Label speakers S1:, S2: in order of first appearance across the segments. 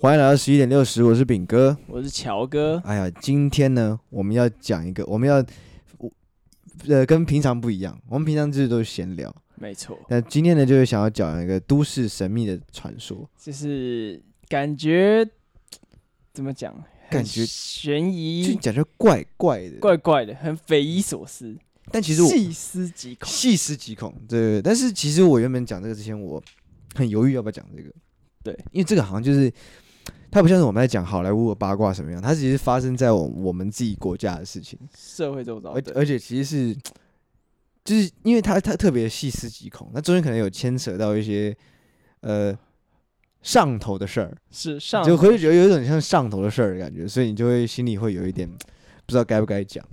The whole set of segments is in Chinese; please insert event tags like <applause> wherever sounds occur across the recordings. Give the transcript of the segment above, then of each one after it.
S1: 欢迎来到十一点六十，我是炳哥。
S2: 我是乔哥，
S1: 哎呀，今天呢，我们要讲一个，我们要，我呃，跟平常不一样，我们平常就是都是闲聊，
S2: 没错，
S1: 那今天呢，就是想要讲一个都市神秘的传说。
S2: 就是感觉怎么讲，
S1: 感
S2: 很
S1: 觉
S2: 悬
S1: 就
S2: 疑，
S1: 讲就怪怪的，
S2: 怪怪的，很匪夷所思，
S1: 但其实我
S2: 细思极恐。
S1: 细思极恐，对对对。但是其实我原本讲这个之前，我很犹豫要不要讲这个，
S2: 对，
S1: 因为这个好像就是它不像是我们在讲好莱坞的八卦什么样，它其实发生在我我们自己国家的事情，
S2: 社会周遭
S1: 而
S2: 的，
S1: 而且其实是就是因为它它特别细思极恐，那中间可能有牵扯到一些呃上头的事儿，
S2: 是上
S1: 就会觉得有一种像上头的事儿的感觉，所以你就会心里会有一点不知道该不该讲。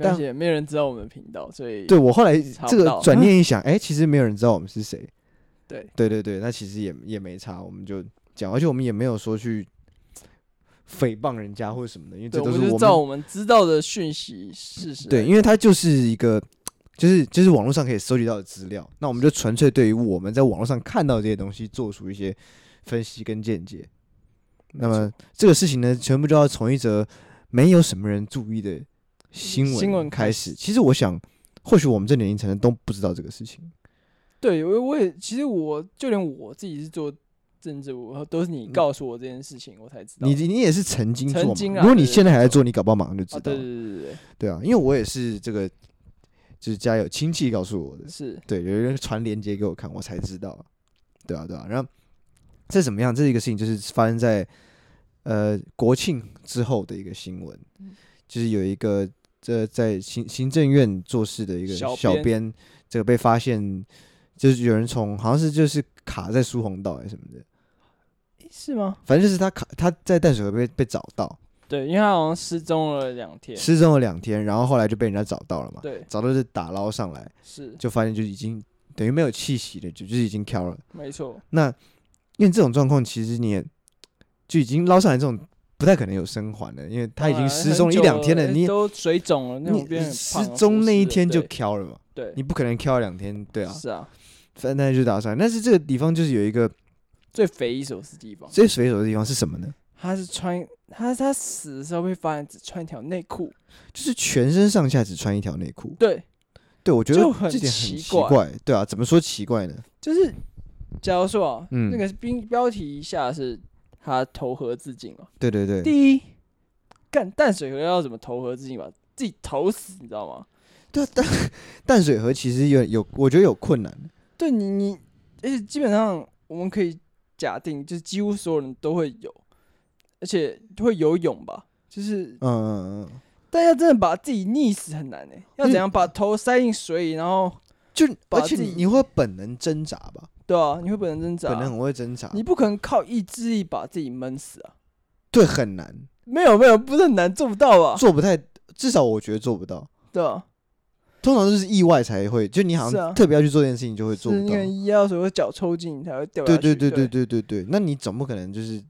S1: 但
S2: 而且没有人知道我们的频道，所以
S1: 对我后来
S2: 查不
S1: 这个
S2: 到
S1: 转
S2: <laughs>
S1: 念一想，哎、其实没有人知道我们是谁。
S2: 对
S1: 对对对，那其实也也没差，我们就讲，而且我们也没有说去诽谤人家或者什么的，因为这
S2: 对，我
S1: 都是
S2: 们就是
S1: 我
S2: 照
S1: 们
S2: 我们知道的讯息事实来。
S1: 对，因为它就是一个。就是就是网络上可以搜集到的资料，那我们就纯粹对于我们在网络上看到的这些东西做出一些分析跟见解。那么这个事情呢，全部就要从一则没有什么人注意的新闻
S2: 新闻
S1: 开
S2: 开
S1: 始。其实我想，或许我们这年龄层的都不知道这个事情。
S2: 对，我我也其实我就连我自己是做政治，我都是你告诉我这件事情，我才知道。
S1: 你你也是曾经做嘛？
S2: 曾经啊
S1: 如果你
S2: 对对
S1: 现在还在
S2: 没错
S1: 做，你搞不好马上就知
S2: 啊，
S1: 道
S2: 对
S1: 了。
S2: 对对对
S1: 对啊，因为我也是这个，就是家有亲戚告诉我的
S2: 对，，是
S1: 对，有人传链接给我看，我才知道。对啊，对啊。然后这怎么样？这是一个事情，就是发生在呃国庆之后的一个新闻，就是有一个这在行行政院做事的一个
S2: 小
S1: 小
S2: 编
S1: 编，这个被发现，就是有人从好像是就是卡在苏红道还是什么的，
S2: 诶是吗？
S1: 反正就是他卡他在淡水河被被找到。
S2: 对，因为他好像失踪了两天。
S1: 失踪了两天，然后后来就被人家找到了嘛，
S2: 对，
S1: 找到就打捞上来，
S2: 是
S1: 就发现就已经等于没有气息了，就就是已经飘了。
S2: 没错，
S1: 那因为这种状况，其实你也就已经捞上来，这种不太可能有生还了，因为他已
S2: 当
S1: 经
S2: 然
S1: 失
S2: 啊很
S1: 踪了一
S2: 久
S1: 两天了，
S2: 诶
S1: 你
S2: 都水肿了，那种
S1: 你
S2: 变啊
S1: 失踪那一天就飘了嘛，
S2: 对，
S1: 你不可能飘两天，对啊，
S2: 是啊，
S1: 反正就打上来。但是这个地方就是有一个
S2: 最匪夷所思的地方，
S1: 最水手的地方是什么呢？
S2: 他是穿他他死的时候被发现只穿一条内裤，
S1: 就是全身上下只穿一条内裤，
S2: 对，
S1: 对我觉得
S2: 就很
S1: 这点很
S2: 奇
S1: 奇
S2: 怪
S1: 怪，对啊，怎么说奇怪呢？
S2: 就是假如说啊，
S1: 嗯
S2: 那个标标题下是他投河自尽哦，
S1: 对对对，
S2: 第一，干淡水河要怎么投河自尽吧，自己投死，你知道吗？
S1: 对啊，淡淡水河其实有有，我觉得有困难。
S2: 对你你，而且基本上我们可以假定，就是几乎所有人都会有，而且会游泳吧，就是
S1: 嗯嗯嗯嗯，
S2: 但要真的把自己溺死很难呢、欸要怎
S1: 嗯
S2: 样把头塞进水里，然后
S1: 就
S2: 把
S1: 而且
S2: 自
S1: 你
S2: 己
S1: 你会本能挣扎吧？
S2: 对啊，你会本能挣扎
S1: 本，能很会挣扎，
S2: 你不可能靠意志力把自己闷死啊！
S1: 对很难，
S2: 没有没有，不是很难做不到吧？
S1: 做不太，至少我觉得做不到。
S2: 对啊，
S1: 通常都是意外才会，就你好
S2: 是
S1: 像
S2: 啊
S1: 特别要去做这件事情就会
S2: 是
S1: 做不
S2: 你
S1: 到
S2: 可。能一到水或脚抽筋，你才会掉
S1: 对
S2: 下去。
S1: 对对对
S2: 对
S1: 对对对，那你总不可能就是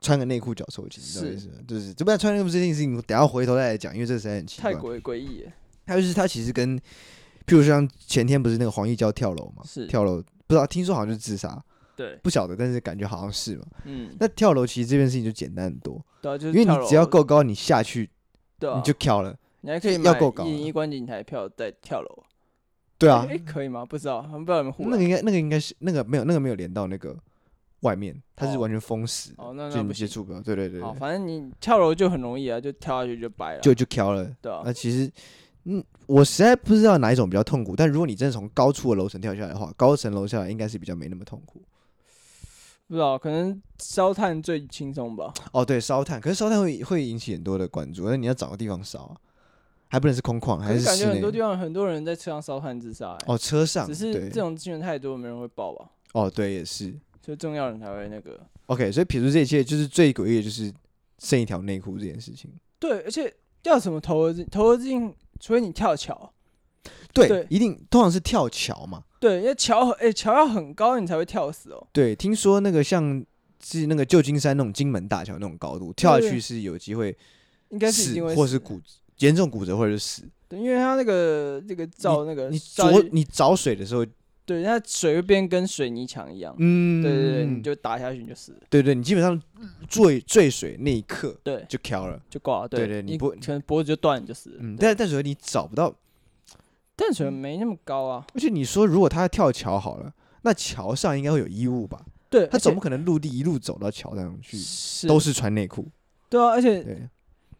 S1: 穿个内裤脚抽筋，你知道
S2: 是
S1: 意思吗？就是这不要穿内裤这件事情，等一下回头再来讲，因为这实在很奇怪
S2: 太。诡诡异了。
S1: 还有就是它其实跟，譬如像前天不是那个黄义娇跳楼嘛，
S2: 是
S1: 跳楼不知道听说好像就是自杀，
S2: 对，
S1: 不晓得，但是感觉好像是嘛。
S2: 嗯，
S1: 那跳楼其实这件事情就简单很多，
S2: 对啊，就是
S1: 因为
S2: 跳楼
S1: 你只要，够高，你下去
S2: 对啊，
S1: 你就跳了。
S2: 你还可以
S1: 要
S2: 买
S1: 够高啊
S2: 一人一观景台票再跳楼。
S1: 对啊，
S2: 哎，可以吗？不知道，不知道有没有互
S1: 那个应该那个应该是那个没有那个没有连到那个外面，它是
S2: 哦
S1: 完全封死的，
S2: 哦，那
S1: 就
S2: 那
S1: 你
S2: 不
S1: 接
S2: 行。
S1: 触不了。对对对
S2: 好，
S1: 对，
S2: 反正你跳楼就很容易啊，就跳下去就掰了。
S1: 就就跳了。
S2: 对啊
S1: 那，其实，嗯，我实在不知道哪一种比较痛苦，但如果你真的从高处的楼层跳下来的话，高层楼下来应该是比较没那么痛苦。
S2: 不知道，可能烧炭最轻松吧。
S1: 哦，对，烧炭，可是烧炭会会引起很多的关注，那你要找个地方烧啊，还不能是空旷，还
S2: 可
S1: 是
S2: 感
S1: 室
S2: 觉很多
S1: 内
S2: 地。方很多人在车上烧炭自杀、欸，
S1: 哦，车上，
S2: 只是
S1: 对
S2: 这，种新闻太多，没人会报吧？
S1: 哦，对，也是。
S2: 所以重要人才会那个。
S1: OK，所以撇除这一切，就是最诡异的就是剩一条内裤这件事情。
S2: 对，而且要什么投河进投河进，除非你跳桥，
S1: 对，
S2: 对
S1: 一定通常是跳桥嘛。
S2: 对，要桥很哎、桥要很高你才会跳死哦。
S1: 对，听说那个像是那个旧金山那种金门大桥那种高度，跳下去是有机会
S2: 应该是
S1: 死
S2: 一定会
S1: 或
S2: 死
S1: 是
S2: 的
S1: 骨严重骨折或者是死。
S2: 对，因为它那个这个造那个
S1: 你
S2: 造
S1: 着
S2: 一
S1: 你找水的时候，
S2: 对，它水会变跟水泥墙一样。
S1: 嗯，
S2: 对对对，你就打下去你就死了。
S1: 对对，你基本上坠坠水那一刻
S2: 对，
S1: 就飘了。
S2: 就挂了。
S1: 对对你
S2: 你
S1: 不
S2: 可能脖子就断，你就死了。
S1: 嗯，但但是你找不到，
S2: 淡水没那么高啊，
S1: 而且你说如果他跳桥好了，那桥上应该会有衣物吧？
S2: 对，
S1: 他
S2: 而
S1: 总
S2: 且
S1: 不可能陆地一路走到桥上去，
S2: 是
S1: 都是穿内裤。
S2: 对啊，而且
S1: 对，嗯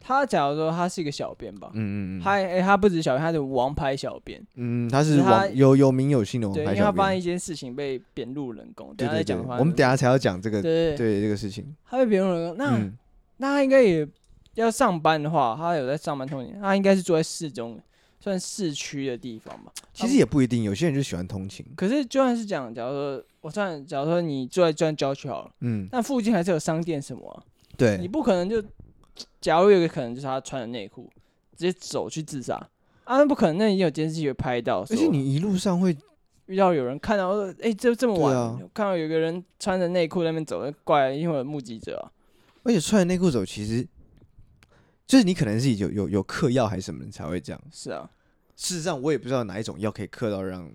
S2: 他假如说他是一个小编吧，
S1: 嗯嗯
S2: 他
S1: 嗯，
S2: 诶他不止小编，他是王牌小编，
S1: 嗯，他是
S2: 是他
S1: 网有有名有姓的网
S2: 对，因
S1: 拍
S2: 为他
S1: 小
S2: 发现
S1: 编。
S2: 一件事情被贬入冷宫，
S1: 对
S2: 等一下
S1: 对对，
S2: 再讲
S1: 我
S2: 的话，
S1: 们等一下才要讲这个
S2: 对对对，
S1: 对这个事情。
S2: 他被贬入冷宫，那
S1: 嗯，
S2: 那他应该也要上班的话，他有在上班通勤，他应该是住在市中，算市区的地方吧。
S1: 其实也不一定，有些人就喜欢通勤。
S2: 可是就算是讲，假如说我算，假如说你住在住在郊区好了，
S1: 嗯，
S2: 那附近还是有商店什么啊、你
S1: 对，
S2: 不可能就，假如有一个可能就是他穿的内裤直接走去自杀啊，那不可能，那一定有监视器会拍到。
S1: 而且你一路上会
S2: 遇到有人看到说，哎、这这么晚，
S1: 对啊
S2: 看到有个人穿着内裤在那边走，怪因为有目击者啊。
S1: 而且穿着内裤走，其实就是你可能是有有有嗑药还是什么，你才会这样。
S2: 是啊，
S1: 事实上，我也不知道哪一种药可以嗑到让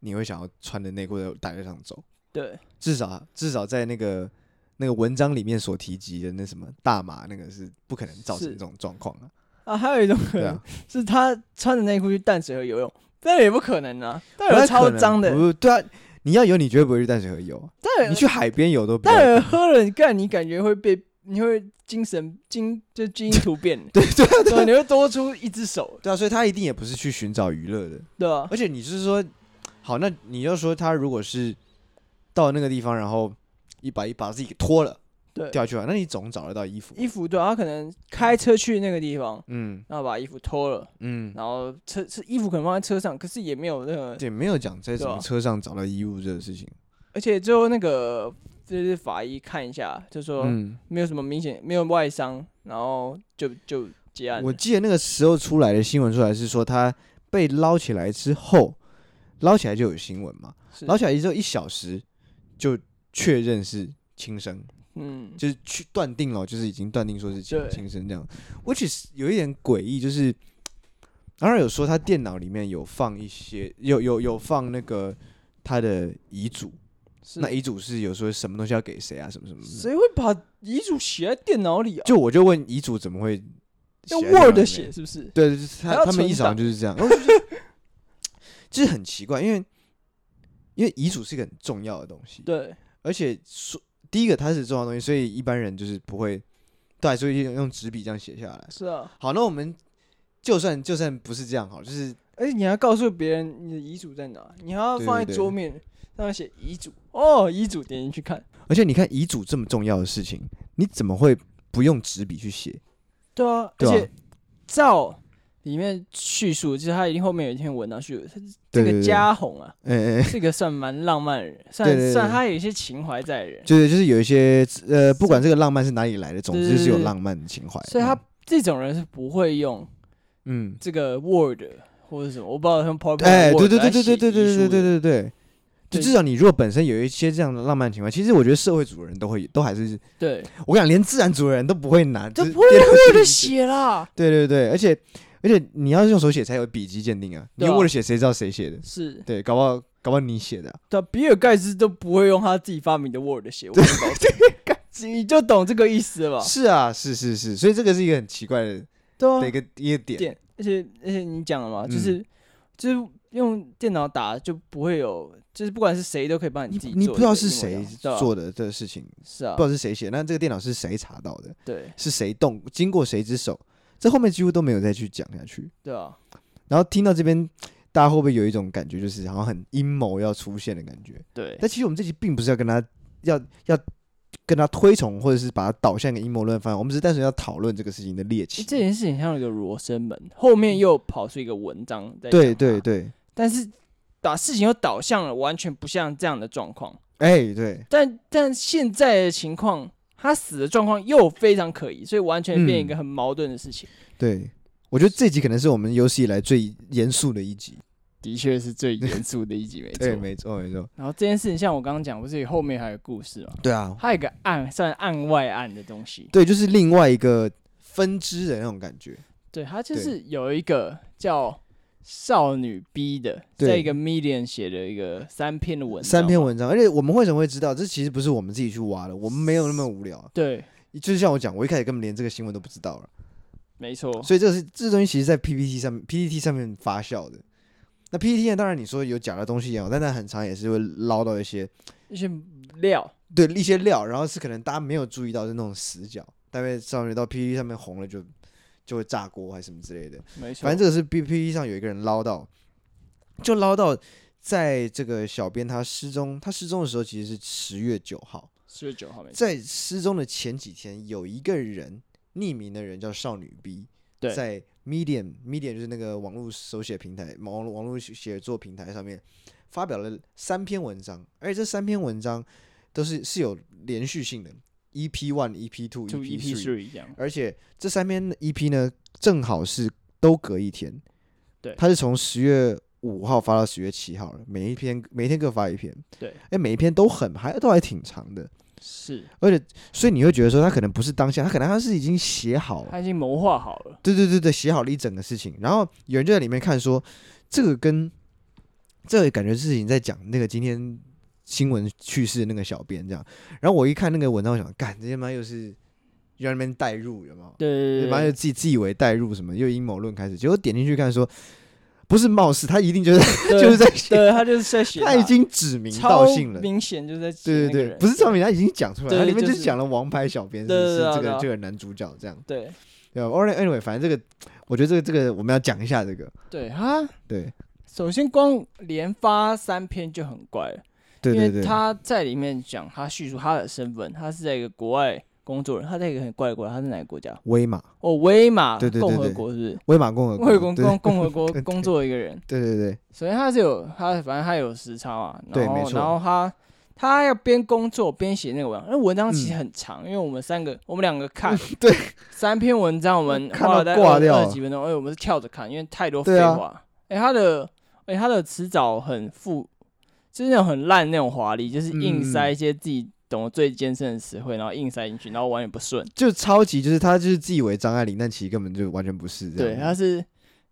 S1: 你会想要穿着内裤在大街上走。
S2: 对，
S1: 至少至少在那个那个文章里面所提及的那什么大麻，那个是不可能造成
S2: 是
S1: 这种状况
S2: <laughs>
S1: 的。
S2: 啊，还有一种可
S1: 对
S2: 能、
S1: 啊，
S2: 是他穿着内裤去淡水河游泳，但也不可能啊，淡
S1: 不
S2: 水
S1: 太
S2: 河
S1: 可
S2: 超
S1: 能
S2: 脏的，
S1: 不对啊，你要游，你绝对不会去淡水河游啊。
S2: 淡
S1: 你
S2: 水
S1: 去海边游都不
S2: 淡
S1: 要
S2: 水喝了你干，你感觉会被，你会精神精就基因突变，
S1: 对对啊
S2: 对吧，你会多出一只手，
S1: 对啊，所以他一定也不是去寻找娱乐的。
S2: 对吧？
S1: 而且你是说，好，那你要说他如果是到那个地方，然后一把一把自己给脱了
S2: 对，
S1: 掉下去了，那你总找得到衣服。
S2: 衣服对啊，他可能开车去那个地方，
S1: 嗯
S2: 然后把衣服脱了，
S1: 嗯，
S2: 然后车车衣服可能放在车上，可是也没有任何，
S1: 对，没有讲在什
S2: 啊对
S1: 么
S2: 啊
S1: 车上找到衣物这个事情。
S2: 而且最后那个就是法医看一下，就说
S1: 嗯，
S2: 没有什么明显，没有外伤，然后就就结案了。
S1: 我记得那个时候出来的新闻出来是说他被捞起来之后，捞起来就有新闻嘛，
S2: 是
S1: 捞起来之后一小时就确认是轻生，
S2: 嗯，
S1: 就是去断定了，就是已经断定说是亲
S2: 对
S1: 亲生这样，which is 有一点诡异，就是当然有说他电脑里面有放一些，有有有放那个他的遗嘱，
S2: 是
S1: 那遗嘱是有说什么东西要给谁啊，什么什么的。
S2: 谁会把遗嘱写在电脑里啊？
S1: 就我就问遗嘱怎么会写在
S2: 用
S1: 电脑里
S2: Word
S1: 面
S2: 写是不是？
S1: 对，就是
S2: 还
S1: 他
S2: 要
S1: 他们
S2: 存
S1: 意思好像
S2: 档
S1: 就是这样，然后就是 <laughs> 就是很奇怪，因为因为遗嘱是一个很重要的东西，
S2: 对，
S1: 而且说第一个它是重要的东西，所以一般人就是不会，对，啊所以就用纸笔这样写下来。
S2: 是啊，
S1: 好，那我们就算就算不是这样好了，就是
S2: 而且你还要告诉别人你的遗嘱在哪，你还要
S1: 对
S2: 放
S1: 对
S2: 在
S1: 对
S2: 桌面上面写遗嘱。哦，遗嘱点进去看。
S1: 而且你看遗嘱这么重要的事情，你怎么会不用纸笔去写？
S2: 对啊，而
S1: 对啊
S2: 且照里面叙述，就是他一定后面有一篇文章叙述，他是
S1: 对对
S2: 这个
S1: 对，
S2: 嘉宏啊，
S1: 哎哎、哎
S2: 是个算蛮浪漫的人，
S1: 对对
S2: 算
S1: 对
S2: 算他有一些情怀在的人，
S1: 就是就是有一些呃，不管这个浪漫是哪里来的，总之就是有浪漫的情怀。
S2: 所以他这种人是不会用
S1: 嗯，
S2: 这个 Word 或者什么，我不知道他们 PowerPoint
S1: 哎、
S2: 或
S1: 对
S2: Word
S1: 对对
S2: 来
S1: 对
S2: 写
S1: 对对对
S2: 遗
S1: 对
S2: 书的
S1: 对对对，就
S2: 对
S1: 至少你如果本身有一些这样的浪漫情怀，其实我觉得社会主人都会都还是，
S2: 对，
S1: 我想连自然主人都不会拿，
S2: 都
S1: 是
S2: 不会
S1: 电脑
S2: 用
S1: 写
S2: Word 写啦，
S1: 对对对，而且而且你要是用手写才有笔迹鉴定啊，你
S2: 对啊
S1: 用 Word 写谁知道谁写的？
S2: 是。
S1: 对，搞不好搞不好你写的啊、
S2: 对啊，比尔盖茨都不会用他自己发明的 Word
S1: <laughs>
S2: 写，我跟你保证你就懂这个意思了吧？
S1: 是啊，是是是，所以这个是一个很奇怪的
S2: 对啊
S1: 的一，个一个点。
S2: 电，而且而且你讲了嘛，就
S1: 嗯
S2: 是、就是用电脑打就不会有，就是不管是谁都可以帮你
S1: 你
S2: 自己
S1: 你
S2: 做
S1: 不
S2: 一个一模一样，
S1: 知道是谁
S2: 对吧
S1: 做的这个事情，
S2: 是啊
S1: 不知，道是谁写，那这个电脑是谁查到的，
S2: 对
S1: 是谁动，经过谁之手，这后面几乎都没有再去讲下去。
S2: 对啊，
S1: 然后听到这边，大家会不会有一种感觉，就是好像很阴谋要出现的感觉？
S2: 对
S1: 但其实我们这集并不是要跟他要要跟他推崇，或者是把他导向一个阴谋论方向，我们只是单纯要讨论这个事情的猎奇。
S2: 这件事情像一个罗生门，后面又跑出一个文章在
S1: 对
S2: 讲
S1: 对
S2: 它，
S1: 对，
S2: 但是把事情又导向了完全不像这样的状况，
S1: 哎对，
S2: 但但现在的情况。他死的状况又非常可疑，所以完全变一
S1: 嗯
S2: 个很矛盾的事情。
S1: 对，我觉得这集可能是我们有史以来最严肃的一集。
S2: 的确是最严肃的一集，没
S1: <laughs> 对，没错没错。
S2: 然后这件事情，像我刚刚讲，不是后面还有故事吗？
S1: 对啊，
S2: 它有一个案，算案外案的东西。
S1: 对，就是另外一个分支的那种感觉。
S2: 对，它就
S1: 对
S2: 是有一个叫少女逼的，
S1: 对
S2: 在一个 Medium 写的一个三篇的文章，
S1: 三篇文章，而且我们为什么会知道？这其实不是我们自己去挖的，我们没有那么无聊。
S2: 对，
S1: 就是像我讲，我一开始根本连这个新闻都不知道了，
S2: 没错，
S1: 所以这个是这东西其实，在 PPT 上面 PPT 上面发酵的。那 PPT 呢？当然你说有假的东西也有，但它很长也是会捞到一些
S2: 一些料，
S1: 对一些料，然后是可能大家没有注意到的那种死角，但会上面到 PPT 上面红了就就会炸锅还是什么之类的。
S2: 没错，
S1: 反正这个是 B P E 上有一个人捞到，就捞到在这个小编他失踪，他失踪的时候其实是十月九号，
S2: 四月九号没错，
S1: 在失踪的前几天，有一个人匿名的人叫少女 B，
S2: 对
S1: 在 Medium Medium 就是那个网络手写平台、网络网络写作平台上面发表了三篇文章，而且这三篇文章都是是有连续性的，EP One、EP Two、
S2: 就 EP
S1: EP Three。
S2: three 这样，
S1: 而且这三篇 EP 呢，正好是都隔一天，
S2: 对
S1: 它是从十月五号发到十月七号了，每一篇每一天各发一篇，
S2: 对，
S1: 哎，每一篇都很还都还挺长的，
S2: 是，
S1: 而且所以你会觉得说，他可能不是当下，他可能他是已经写好，
S2: 他已经谋划好了，
S1: 对对对对，写好了一整个事情，然后有人就在里面看说，这个跟这个感觉事情在讲那个今天新闻去世的那个小编这样，然后我一看那个文章，我想，干，这他妈又是又在那边代入，有没有？
S2: 对对对
S1: 反正
S2: 对
S1: 就自己自以为代入什么，又阴谋论开始。结果点进去看说，不是貌似他一定就是
S2: 对，
S1: 就是在写，
S2: 对他就是在写啦，
S1: 他已经指名
S2: 超
S1: 道姓了。
S2: 明显就是在写
S1: 对
S2: 那个
S1: 对对，
S2: 人
S1: 不是超明，他已经讲出来，
S2: 对
S1: 他里面
S2: 就是
S1: 是讲了王牌小编是
S2: 对对
S1: 是
S2: 对啊
S1: 这
S2: 对啊
S1: 个这个男主角这样。
S2: 对
S1: 对吧，or anyway，反正这个我觉得这个这个我们要讲一下这个，
S2: 对啊，
S1: 对
S2: 首先光连发三篇就很怪了。
S1: 对对
S2: 因为
S1: 对，
S2: 他在里面讲他叙述他的身份，他是在一个国外工作人，他在一个很怪的国家，他是哪个国家？
S1: 威马
S2: 哦，威玛
S1: 对对对
S2: 共和国是不是？
S1: 威马共和
S2: 威
S1: 国，
S2: 玛共
S1: 对
S2: 共共和国
S1: <laughs>
S2: 工作的一个人，
S1: 对对对
S2: 首先他是有他，反正他有时差嘛，
S1: 对
S2: 然后
S1: 没错
S2: 然后他他要边工作边写那个文章，那文章其实
S1: 嗯
S2: 很长，因为我们三个我们两个看
S1: <laughs> 对
S2: 三篇文章，我们
S1: 看到
S2: 花了大概
S1: 挂掉
S2: 二十几分钟，哎，我们是跳着看，因为太多
S1: 对
S2: 废
S1: 啊
S2: 话。哎，他的哎他的词藻很富，就是那种很烂那种华丽，就是硬
S1: 嗯
S2: 塞一些自己懂得最艰深的词汇，然后硬塞进去，然后完全不顺。
S1: 就超级就是他就是自以为张爱玲，但其实根本就完全不是这
S2: 对，
S1: 样。
S2: 他是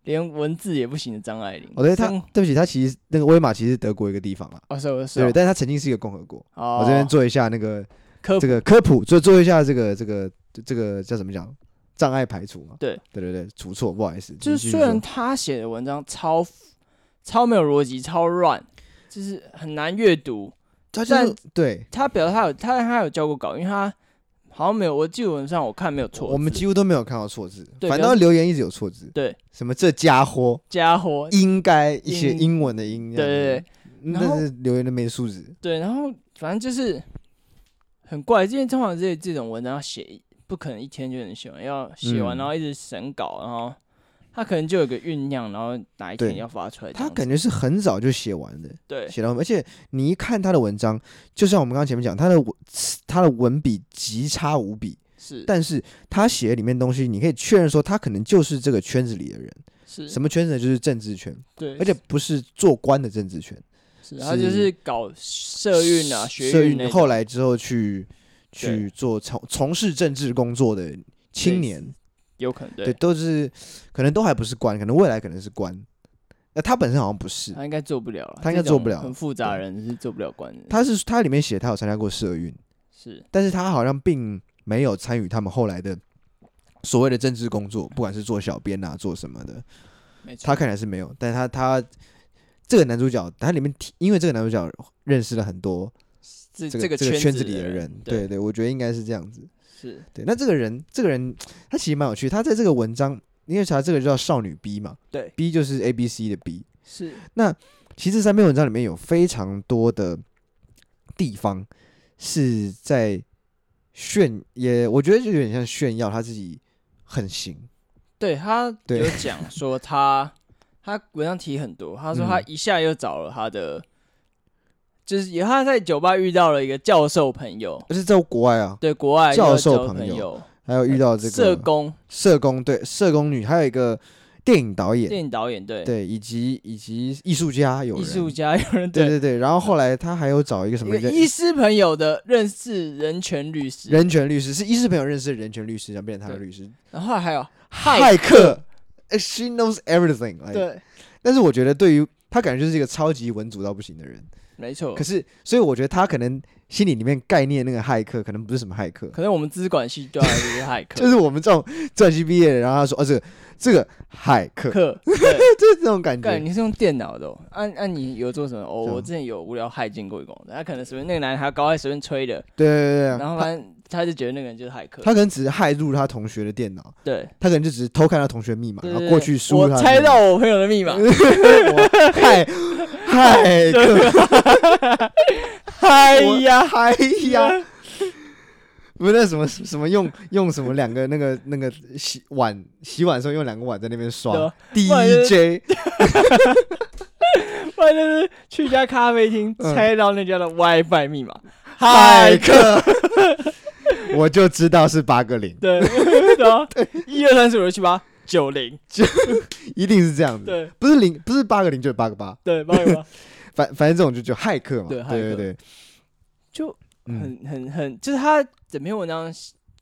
S2: 连文字也不行的张爱玲。
S1: 哦对他
S2: 生
S1: 对不起，他其实那个威马其实是德国一个地方啦，
S2: 哦是哦是
S1: 对，
S2: 哦，
S1: 但是他曾经是一个共和国。
S2: 我
S1: 我这边做一下那个
S2: 科普
S1: 这个科普，做做一下这个这个这个叫怎么讲？障碍排除嘛。
S2: 对
S1: 对对对，除错，不好意思。
S2: 就
S1: 你
S2: 是
S1: 继续
S2: 虽然
S1: 说
S2: 他写的文章超超没有逻辑、超乱，就是很难阅读。
S1: 他就是
S2: 但
S1: 对，
S2: 他表示他有他他有交过稿，因为他好像没有，我记得文上我看没有错字。
S1: 我们几乎都没有看到错字，
S2: 对
S1: 反
S2: 比较
S1: 倒留言一直有错字。
S2: 对，
S1: 什么这家伙
S2: 家伙，
S1: 应该一些
S2: 应
S1: 英文的英，
S2: 对对对
S1: 嗯，
S2: 然
S1: 但
S2: 后
S1: 是留言都没数字。
S2: 对，然后反正就是很怪，因为通常这这种文章要写一不可能一天就能写完，要写完
S1: 嗯
S2: 然后一直审稿，然后他可能就有个酝酿，然后哪一天
S1: 对
S2: 要发出来这
S1: 他
S2: 样子。
S1: 感觉是很早就写完的，
S2: 对
S1: 写到我们，而且你一看他的文章，就像我们刚刚前面讲，他的文他的文笔极差无比，
S2: 是
S1: 但是他写的里面东西，你可以确认说他可能就是这个圈子里的人。
S2: 是
S1: 什么圈子呢？就是政治圈，
S2: 对，
S1: 而且不是做官的政治圈，
S2: 是他就是是搞社运啊、学
S1: 社
S2: 运那
S1: 运
S2: 种
S1: 后来之后去
S2: 对
S1: 去做从从事政治工作的青年，
S2: 有可能对
S1: 对，都是可能都还不是官，可能未来可能是官。那他本身好像不是，
S2: 他应该做不了了，
S1: 他应
S2: 这
S1: 该做
S2: 种
S1: 不了
S2: 很复杂的
S1: 对
S2: 人是做不了官的。
S1: 他是他里面写他有参加过社运，
S2: 是
S1: 但是他好像并没有参与他们后来的所谓的政治工作，不管是做小编啊，做什么的，
S2: 没错，
S1: 他看起来是没有，但他他这个男主角，他里面提因为这个男主角认识了很多
S2: 这
S1: 这
S2: 这
S1: 个
S2: 个
S1: 这个圈
S2: 圈
S1: 子
S2: 子
S1: 里的人，对
S2: 对，
S1: 对，我觉得应该是这样子。
S2: 是
S1: 对，那这个人，这个人他其实蛮有趣，他在这个文章，因为查这个叫少女 B 嘛，
S2: 对
S1: ，B 就是 A B C 的 B。
S2: 是
S1: 其实这三篇文章里面有非常多的地方是在炫，也我觉得就有点像炫耀他自己很行，
S2: 对他
S1: 对
S2: 有讲说他他文章提很多，他说他
S1: 嗯
S2: 一下又找了他的，就是也他在酒吧遇到了一个教授朋友，
S1: 而且在国外啊，
S2: 对国外
S1: 教授
S2: 授
S1: 朋友
S2: 友，
S1: 还有遇到这个
S2: 社工、
S1: 社工对社工女，还有一个电影导演
S2: 电影导演，对
S1: 对，以及以及艺术家有
S2: 艺
S1: 人
S2: 术家有人
S1: 对。对对，然后后来他还有找一个什么
S2: 一个
S1: 人
S2: 医师朋友的认识人权律师，
S1: 人权律师，是医师朋友认识的人权律师，想变成他的
S2: 对
S1: 律师。Uh,
S2: 然后还有
S1: 骇客，呃，she knows everything，like,
S2: 对
S1: 但是我觉得对于他感觉就是一个超级文组到不行的人，
S2: 没错
S1: 可。是所以我觉得他可能心里里面概念那个骇客可能不是什么骇客，
S2: 可能我们资管系就要有一个骇客，
S1: 就是我们这种转系毕业的，然后他说哦这个这个骇
S2: <laughs>
S1: 客，
S2: 客。对
S1: 就是这种感
S2: 干，
S1: 觉。
S2: 你是用电脑的、哦？按、按、你有做什么？哦，
S1: 这样
S2: 我之前有无聊害进过一个网站，他可能随便那个男孩高爱随便吹的，
S1: 对对对
S2: 然
S1: 对，
S2: 后反正他就觉得那个人就是骇客。
S1: 啊他可能只是骇入他同学的电脑，
S2: 对，
S1: 他可能就只是偷看他同学密码，
S2: 对
S1: 然后
S2: 对
S1: 过
S2: 对
S1: 去输入
S2: 我
S1: 他的
S2: 猜
S1: 密码
S2: 到我朋友的密
S1: <laughs>
S2: 码，
S1: 嗨嗨客，
S2: <laughs> 哎
S1: 呀
S2: 呀，
S1: 嗨呀！不是那什么什么用用什么两个那个那个洗碗洗碗的时候用两个碗在那边
S2: 对
S1: 刷
S2: 啊不然就是
S1: DJ，
S2: 不然就是去一家咖啡厅
S1: 嗯
S2: 猜到那家的 WiFi 密码，
S1: 嗨
S2: 骇客。
S1: 客， <laughs> 我就知道是八个零， <laughs>
S2: 对，然后一二三四五六七八九零，
S1: 一定是这样子，
S2: 对
S1: 不是零不是八个零就是八个八，
S2: 对，八
S1: <laughs>
S2: 个八，
S1: 反反正这种就叫骇客嘛，
S2: 对
S1: 对
S2: 骇
S1: 对
S2: 客
S1: 对，
S2: 就
S1: 嗯，
S2: 很很很，就是他整篇文章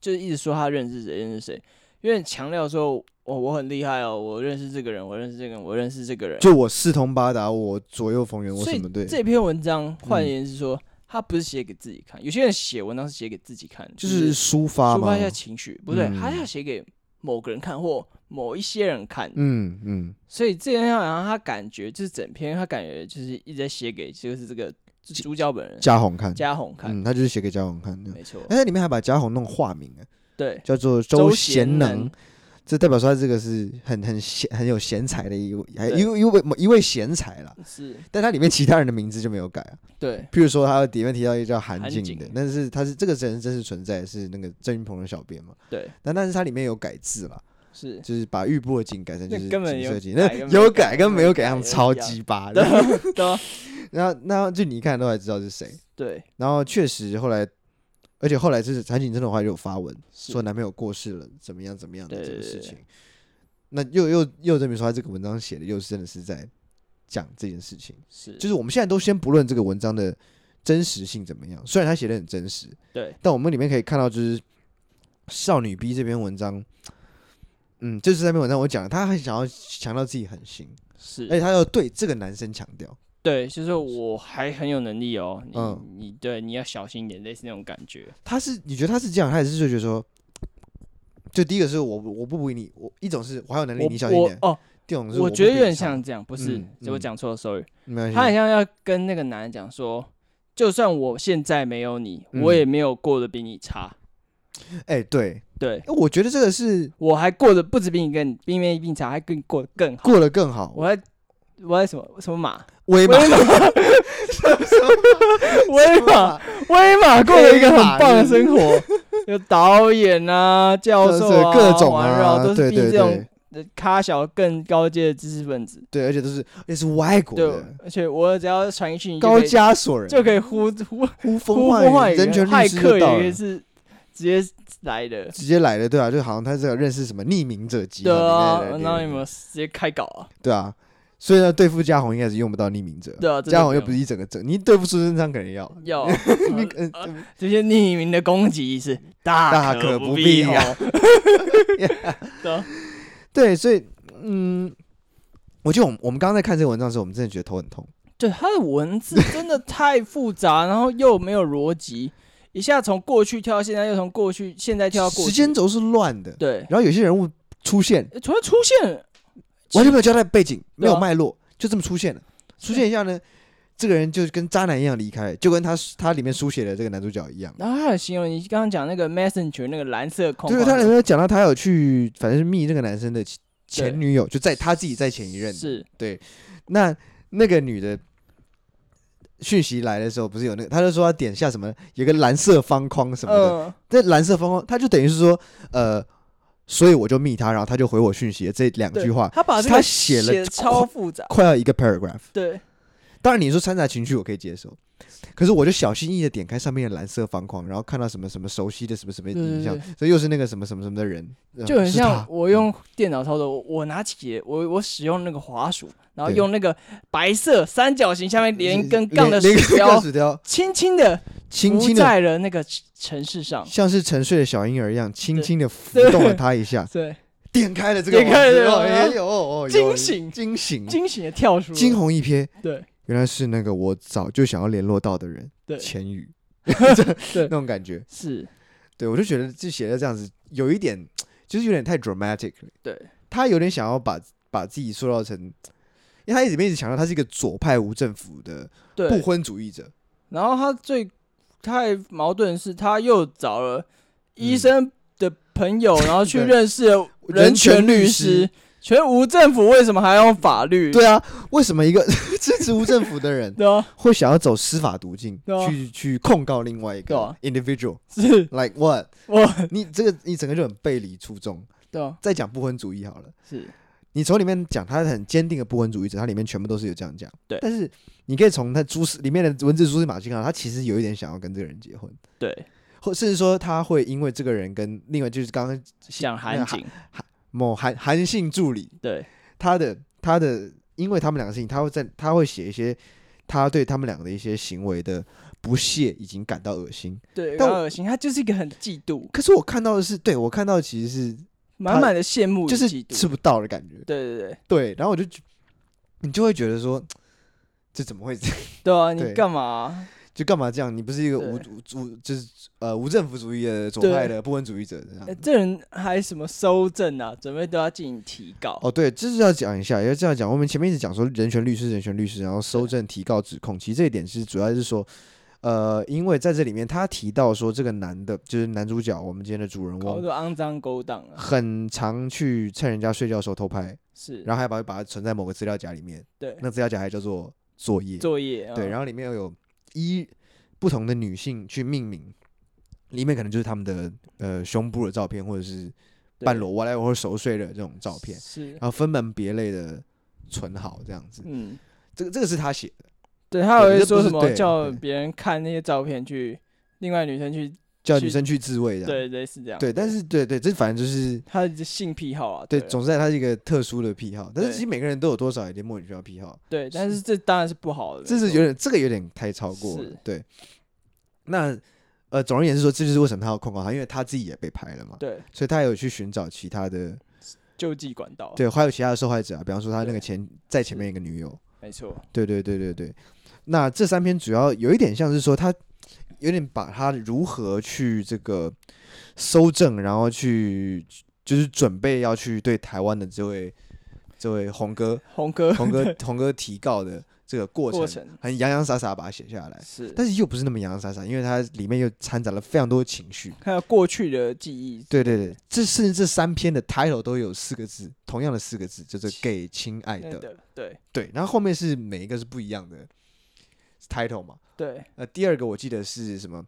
S2: 就是一直说他认识谁认识谁，因为强调说我我很厉害哦，我认识这个人，我认识这个人，我认识这个人。
S1: 就我四通八达，我左右逢源，我
S2: 所
S1: 什
S2: 以
S1: 么对，嗯
S2: 这篇文章换言之说，他不是写给自己看，有些人写文章是写给自己看的，
S1: 就是
S2: 抒
S1: 抒发嘛
S2: 发，一下情绪，不对，
S1: 嗯
S2: 他要写给某个人看或某一些人看。
S1: 嗯嗯，
S2: 所以这篇好像他感觉就是整篇他感觉就是一直在写给就是这个主角本人
S1: 嘉宏看，
S2: 嘉宏看，
S1: 嗯，他就是写给嘉宏看的，
S2: 没错，
S1: 哎，他里面还把嘉宏弄化名哎，
S2: 对，
S1: 叫做
S2: 周
S1: 贤
S2: 能
S1: 能，，这代表说他这个是很很贤很有贤才的一位，还
S2: 对
S1: 一位一位一位贤才啦。
S2: 是
S1: 但他里面其他人的名字就没有改啊，
S2: 对，
S1: 譬如说他里面提到一个叫韩
S2: 韩
S1: 静
S2: 景
S1: 的，但是他是这个人真实存在，是那个郑云鹏的小编嘛，
S2: 对，
S1: 但但是他里面有改字啦， <laughs>
S2: 是。
S1: 就是把玉波的景改成就
S2: 那
S1: 是
S2: 根本
S1: 景
S2: 有
S1: 色景，
S2: 改
S1: 那
S2: 跟没
S1: 有
S2: 改
S1: 改跟
S2: 没
S1: 没有
S2: 改
S1: 改他们
S2: 都
S1: 超
S2: 一样
S1: 级巴
S2: 对
S1: 的， <laughs>
S2: 对
S1: 然后然后就你一看都还知道是谁，
S2: 对，
S1: 然后确实后来，而且后来就是韩景真的话就有发文，
S2: 是
S1: 说男朋友过世了，怎么样怎么样的
S2: 对
S1: 这个
S2: 对
S1: 事
S2: 对
S1: 情。那又又又证明说他这个文章写的又是真的是在讲这件事情，
S2: 是
S1: 就是我们现在都先不论这个文章的真实性怎么样，虽然他写的很真实，
S2: 对
S1: 但我们里面可以看到就是《少女逼》这篇文章。嗯，就是这篇文章我讲了，他很想要强调自己狠心，而且
S2: 是，
S1: 他要对这个男生强调，
S2: 对，就是我还很有能力哦，你、
S1: 嗯
S2: 你对你要小心一点，类似那种感觉，
S1: 他是你觉得他是这样，他也是就觉得说，就第一个是我我不为你，我一种是我还有能力，
S2: 我
S1: 你小心一
S2: 我
S1: 点。
S2: 哦，
S1: 第二种是
S2: 我
S1: 不
S2: 觉得
S1: 比
S2: 有
S1: 你
S2: 点
S1: 差
S2: 像这样，不是
S1: 嗯，
S2: 我
S1: 嗯
S2: 讲错了，sorry，
S1: 没关系
S2: 他很像要跟那个男人讲说，就算我现在没有你，我
S1: 嗯
S2: 也没有过得比你差，
S1: 哎、对，
S2: 对
S1: 哎我觉得这个是
S2: 我还过得不止比你更，比你比你差，还更过得更好，
S1: 过得更好。
S2: 我还我还什么什么
S1: <laughs>
S2: 马，
S1: 威马， <laughs>
S2: 威马，威马过了一个很棒的生活，有导
S1: <laughs>
S2: 演啊、教授啊、
S1: 各种
S2: 环绕
S1: 啊，
S2: 都是
S1: 对
S2: 比
S1: 对
S2: 这种
S1: 对，
S2: 咖小更高阶的知识分子。
S1: 对，而且都是也是外国
S2: 对
S1: 的，
S2: 而且我只要传一讯，
S1: 高
S2: 就可以
S1: 加索人，
S2: 就可以呼呼
S1: <laughs> 呼
S2: 呼
S1: 风
S2: 风
S1: 唤
S2: 唤
S1: 雨，
S2: 雨，
S1: 人权律师
S2: 骇客
S1: 就到
S2: 也
S1: 了，
S2: 是直接来的。
S1: 直接来了，对啊，就好像他是有认识什么匿名者集
S2: 对
S1: 团里面
S2: 啊
S1: 的人，
S2: 那你们直接开搞啊？
S1: 对啊，所以呢，对付嘉宏应该是用不到匿名者，
S2: 对啊，
S1: 嘉宏又不
S2: 是
S1: 是一整个整，你对付苏贞昌可能要，
S2: 要
S1: <laughs>
S2: 呃
S1: 你嗯，对
S2: 这些匿名的攻击是
S1: 大
S2: 大
S1: 可不
S2: 不
S1: 必
S2: 吼 <laughs>
S1: 啊。 <laughs>
S2: 对啊，
S1: 对，所以嗯，我觉得我们我们刚刚在看这个文章的时候，我们真的觉得头很痛。
S2: 对，他的文字真的太复杂，然后又没有逻辑，一下从过去跳到现在，又从过去现在跳到过去，
S1: 时间轴是乱的，
S2: 对，
S1: 然后有些人物出现
S2: 突然出现，
S1: 完全没有交代背景，没有
S2: 对啊
S1: 脉络，就这么出现了。出现一下呢，这个人就跟渣男一样离开了，就跟他他里面书写的这个男主角一样。
S2: 然后还有形容你刚刚讲那个 messenger 那个蓝色空
S1: 就是
S2: 旷
S1: 他里
S2: 的
S1: 面有讲到他有去，反正是密那个男生的前
S2: 对
S1: 前女友，就在他自己在前一任的。
S2: 是
S1: 对，那那个女的讯息来的时候，不是有那个，他就说他点下什么，有个蓝色方框什么的，
S2: 嗯，
S1: 那蓝色方框，他就等于是说，呃，所以我就密他，然后他就回我讯息，这两
S2: 对
S1: 句话
S2: 他把
S1: 是
S2: 这
S1: 他
S2: 个
S1: 写了
S2: 得超复杂，
S1: 快要一个 paragraph。
S2: 对，
S1: 当然，你说掺杂情绪我可以接受，可是我就小心翼翼的点开上面的蓝色方框，然后看到什么什么熟悉的什么什么
S2: 对对
S1: 影像
S2: 对，
S1: 这又是那个什么什么什么的人，呃
S2: 就很
S1: 是
S2: 像
S1: 他
S2: 我用电脑操作，我我拿起我我使用那个滑鼠，然后
S1: 对
S2: 用那个白色三角形下面连一根杠的
S1: 连连
S2: 鼠
S1: 根杠
S2: 标，
S1: 鼠标，
S2: 轻轻的
S1: 轻
S2: 浮
S1: 轻的，
S2: 在了那个城市上，
S1: 像是沉睡的小婴儿一样，轻
S2: <laughs> 对
S1: 轻的浮动了他一下。
S2: 对，
S1: 点开了这个网
S2: 点开了
S1: 址
S2: 这个
S1: 哦，
S2: 网址
S1: 也有哦，有
S2: 惊醒
S1: 惊醒，
S2: 惊醒的跳出来，
S1: 惊鸿一瞥，
S2: 对
S1: 原来是那个我早就想要联络到的人，
S2: 对
S1: 千
S2: <laughs>
S1: 羽，
S2: 对
S1: 那种感觉。
S2: 是，
S1: 对，我就觉得这写的这样子，有一点就是有点太 dramatic 了。
S2: 对
S1: 他有点想要把把自己塑造成，因为他一直一直强调他是一个左派无政府的不
S2: 对。
S1: 婚主义者。
S2: 然后他最他还矛盾的是，他又找了医生的朋友，然后去
S1: 嗯对
S2: 认识了人
S1: 人权
S2: 权
S1: 律
S2: 律
S1: 师
S2: 师，全无政府为什么还要用法律？
S1: 对啊，为什么一个 <laughs> 支持无政府的人
S2: <laughs> 对啊，
S1: 会想要走司法途径
S2: 对啊
S1: 去去控告另外一
S2: 对
S1: 个
S2: 啊
S1: individual？Like
S2: 是
S1: what？
S2: 我， <laughs>
S1: 你这个你整个就很背离初衷。
S2: 对啊，
S1: 再讲不婚主义好了。
S2: 是
S1: 你从里面讲他很坚定的不婚主义者，他里面全部都是有这样讲。
S2: 对
S1: 但是你可以从他蛛丝里面的文字蛛丝马迹看到，他其实有一点想要跟这个人结婚，
S2: 对，
S1: 或甚至说他会因为这个人跟另外就是刚刚
S2: 想
S1: 那
S2: 韩
S1: 个
S2: 景，
S1: 某韩韩姓助理，
S2: 对
S1: 他的他的因为他们两个事情，他会在他会写一些他对他们两个的一些行为的不屑，已经感到恶心。
S2: 对，
S1: 但
S2: 很恶心，他就是一个很嫉妒，
S1: 可是我看到的是，对我看到的其实是
S2: 满满的羡慕与
S1: 就是
S2: 嫉妒，
S1: 吃不到的感觉。
S2: 对对对
S1: 对，然后我就觉你就会觉得说，这怎么会这 <laughs> 样？
S2: 对啊，你
S1: 对
S2: 干嘛？
S1: 就干嘛这样？你不是一个无
S2: 对
S1: 无无就是呃无政府主义的左
S2: 对
S1: 派的不婚主义者这样
S2: 哎，
S1: 子。
S2: 这人还什么收证啊？准备都要进行提告，
S1: 哦，对，这是要讲一下，要这样讲。我们前面一直讲说人权律师、人权律师，然后收证、提告、指控，其实这一点是主要是说，呃，因为在这里面他提到说，这个男的，就是男主角，我们今天的主人
S2: 搞
S1: 翁，
S2: 得肮脏勾当啊，
S1: 很常去趁人家睡觉的时候偷拍，
S2: 是，
S1: 然后还把把它存在某个资料夹里面，
S2: 对
S1: 那资料夹还叫做作业，
S2: 作业，啊
S1: 对，然
S2: 后
S1: 后里面有一不同的女性去命名，里面可能就是他们的呃胸部的照片，或者是半裸 w h a 或者熟睡的这种照片，
S2: 是
S1: 然，后分门别类的存好这样子。
S2: 嗯。
S1: 这个这个是他写的，
S2: 对他有
S1: 对这
S2: 会
S1: 不
S2: 说
S1: 是
S2: 什么
S1: 对
S2: 叫
S1: 对
S2: 别人看那些照片去，另外女生去，
S1: 叫
S2: 去
S1: 女生去自慰的。
S2: 对类似这样。
S1: 对，但是对对，这反正就是
S2: 他的性癖好啊，
S1: 对，
S2: 啊
S1: 总之他是一个特殊的癖好，但是
S2: 对
S1: 其实每个人都有多少有点莫名其妙的癖好，
S2: 对，但是这当然是不好的，
S1: 这是
S2: 没
S1: 有
S2: 错
S1: 点这个有点太超过了
S2: 是。
S1: 对，那呃，总而言之说，这就是为什么他要控告他，因为他自己也被拍了嘛，
S2: 对
S1: 所以他有去寻找其他的
S2: 救济管道，，
S1: 对，还有其他的受害者啊，比方说他那个
S2: 对嗯
S1: 前在前面一个女友，
S2: 没错，
S1: 对对对对对。那这三篇主要有一点像是说他有点把他如何去这个搜证，然后去就是准备要去对台湾的这位这位红
S2: <laughs>
S1: 哥
S2: 红哥
S1: 红哥红哥提告的这个过程，
S2: 过程
S1: 很洋洋洒洒把它写下来，
S2: 是，
S1: 但是又不是那么洋洋洒洒，因为它里面又掺杂了非常多情绪。
S2: 还有过去的记忆，
S1: 对对对，这甚至这三篇的 title 都有四个字，同样的四个字，就是“给亲爱
S2: 那
S1: 的”。
S2: 的，对
S1: 对，然后后面是每一个是不一样的 title 嘛。
S2: 对
S1: 呃，第二个我记得是什么？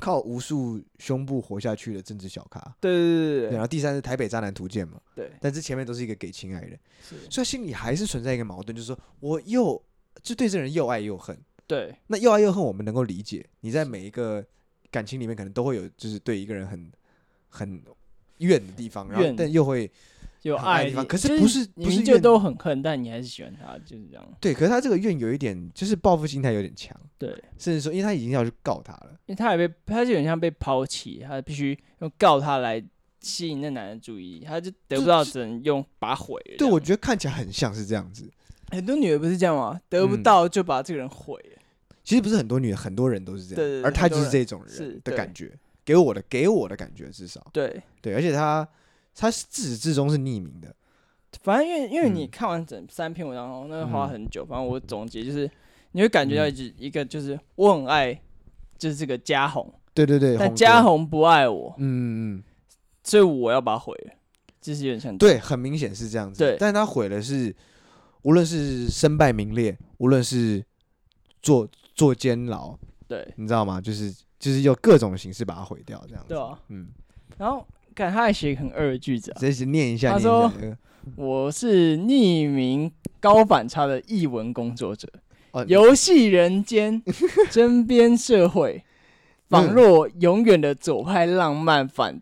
S1: 靠无数胸部活下去的政治小咖。
S2: 对对
S1: 对，啊
S2: 对
S1: 然
S2: 对
S1: 后第三是台北渣男图鉴嘛，
S2: 对，
S1: 但这前面都是一个给亲爱的，
S2: 是，
S1: 所以心里还是存在一个矛盾，就是说我又就对这个人又爱又恨。
S2: 对
S1: 那又爱又恨，我们能够理解，你在每一个感情里面可能都会有，就是对一个人很很怨的地方，然后
S2: 怨
S1: 但又会
S2: 有
S1: 很爱
S2: 爱
S1: 的地方
S2: 你
S1: 可是
S2: 就
S1: 不
S2: 是
S1: 是
S2: 你
S1: 不是
S2: 明明就
S1: 怨
S2: 都很恨，但你还是喜欢他，就是这样，
S1: 对，可是他这个怨有一点就是报复心态有点强，
S2: 对，
S1: 甚至说，因为他已经要去告他了。
S2: 因为他也被，他就很像被抛弃，他必须用告他来吸引那男人注意，他就得不到，
S1: 这
S2: 只能用把毁了这
S1: 对，
S2: 样。
S1: 我觉得看起来很像是这样子。
S2: 很多女的不是这样吗？得不
S1: 嗯
S2: 到就把这个人毁了。
S1: 其实不是很多女的，很多人都是这样，
S2: 对对对
S1: 而他
S2: 很
S1: 就
S2: 多
S1: 是
S2: 人
S1: 这种
S2: 是
S1: 人的
S2: 对
S1: 感觉，给我的给我的感觉至少
S2: 对，
S1: 对，而且他他是自始至终是匿名的，
S2: 反正因为因为你
S1: 嗯
S2: 看完整三篇文章后，那
S1: 嗯
S2: 花很久。反正我总结就是，你会感觉到一直一个就是我很爱，就是这个嘉宏，
S1: 对对对。
S2: 但
S1: 红
S2: 嘉
S1: 哥，
S2: 宏不爱我，
S1: 嗯嗯嗯，
S2: 所以我要把他毁了，就是有点像这样
S1: 对，很明显是这样子。
S2: 对
S1: 但他毁的是，无论是身败名裂，无论是坐坐监牢，
S2: 对
S1: 你知道吗？就是就是用各种形式把它毁掉，这样子。
S2: 对啊。
S1: 嗯，
S2: 然后，看他还写一个很二的句子啊，
S1: 直接念一下，
S2: 他
S1: 念一
S2: 说
S1: 下那个。
S2: 我是匿名高反差的译文工作
S1: <laughs>
S2: 者，
S1: 哦，
S2: 游戏
S1: <laughs>
S2: 人间，针砭社
S1: 嗯
S2: 会，仿若永远的左派浪漫反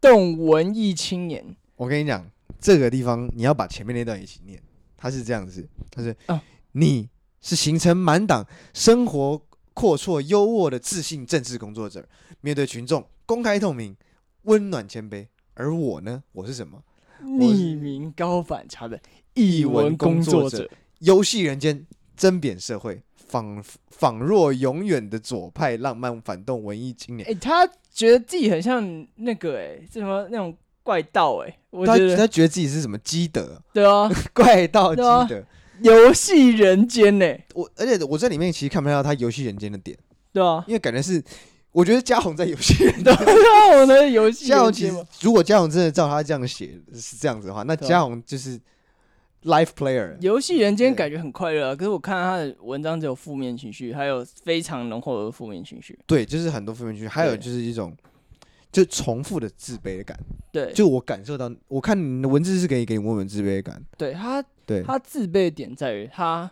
S2: 动文艺青年。
S1: 我跟你讲，这个地方你要把前面那段一起念，他是这样子，他是、
S2: 哦
S1: 你是形成满党生活阔绰优渥的自信政治工作者，面对群众公开透明、温暖谦卑，而我呢，我是什么？
S2: 匿名高反差的译文工
S1: 译文工作
S2: 者
S1: 者，游戏人间，针砭社会，仿仿若永远的左派浪漫反动文艺青
S2: 哎、
S1: 年。
S2: 他觉得自己很像那个哎、这什么那种怪盗哎、我
S1: 他
S2: 觉得
S1: 他觉得自己是什么基德 <laughs>
S2: 对啊，
S1: 怪盗基
S2: 对啊
S1: 德，
S2: 游戏人间呢、
S1: 我而且我在里面其实看不到他游戏人间的点，
S2: 对啊，
S1: 因为感觉是我觉得嘉宏在游戏人
S2: 对
S1: 间。
S2: 啊，我的游戏
S1: 嘉
S2: 人
S1: 宏其
S2: 间
S1: 实
S2: 嘛，
S1: 如果嘉宏真的照他这样写是这样子的话，那
S2: 对啊
S1: 嘉宏就是 life player，
S2: 游戏人间
S1: 对
S2: 感觉很快乐啊、可是我看他的文章只有负面情绪，还有非常浓厚的负面情绪。
S1: 对，就是很多负面情绪，还有
S2: 对
S1: 就是一种就重复的自卑的感。
S2: 对，
S1: 就我感受到，我看你的文字是可以给你某种自卑感。
S2: 对他
S1: 对，
S2: 他自卑的点在于他，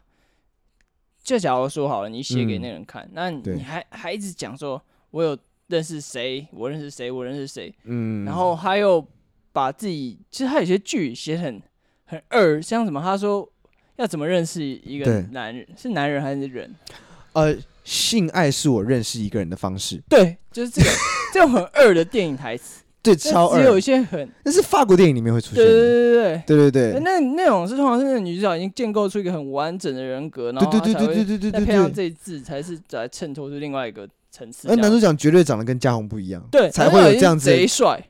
S2: 就假如说好了，你写给那个人看，那
S1: 嗯对
S2: 你还还一直讲说我有认识谁，我认识谁，我认识谁，
S1: 嗯，
S2: 然后他又把自己，其实他有些句写很很二，像什么他说要怎么认识一个
S1: 对
S2: 男人，是男人还是人？
S1: 呃，性爱是我认识一个人的方式，
S2: 对，就是这个这种很二的电影台词，
S1: 对，
S2: 但
S1: 超
S2: 只有
S1: 二
S2: 一，些很
S1: 那是法国电影里面会出现
S2: 对对
S1: 的。
S2: 对对对。
S1: 对对
S2: 哎
S1: 对，
S2: 那那种是通常是那个女主角已经建构出一个很完整的人格，然后
S1: 对
S2: 她
S1: 对
S2: 才会
S1: 对对对对
S2: 再
S1: 对
S2: 配上
S1: 对
S2: 这一字，才是来衬托出另外一个层次这
S1: 而
S2: 样。
S1: 男主角绝对长得跟嘉宏不一样，
S2: 对
S1: 才会有这样子的
S2: 贼帅，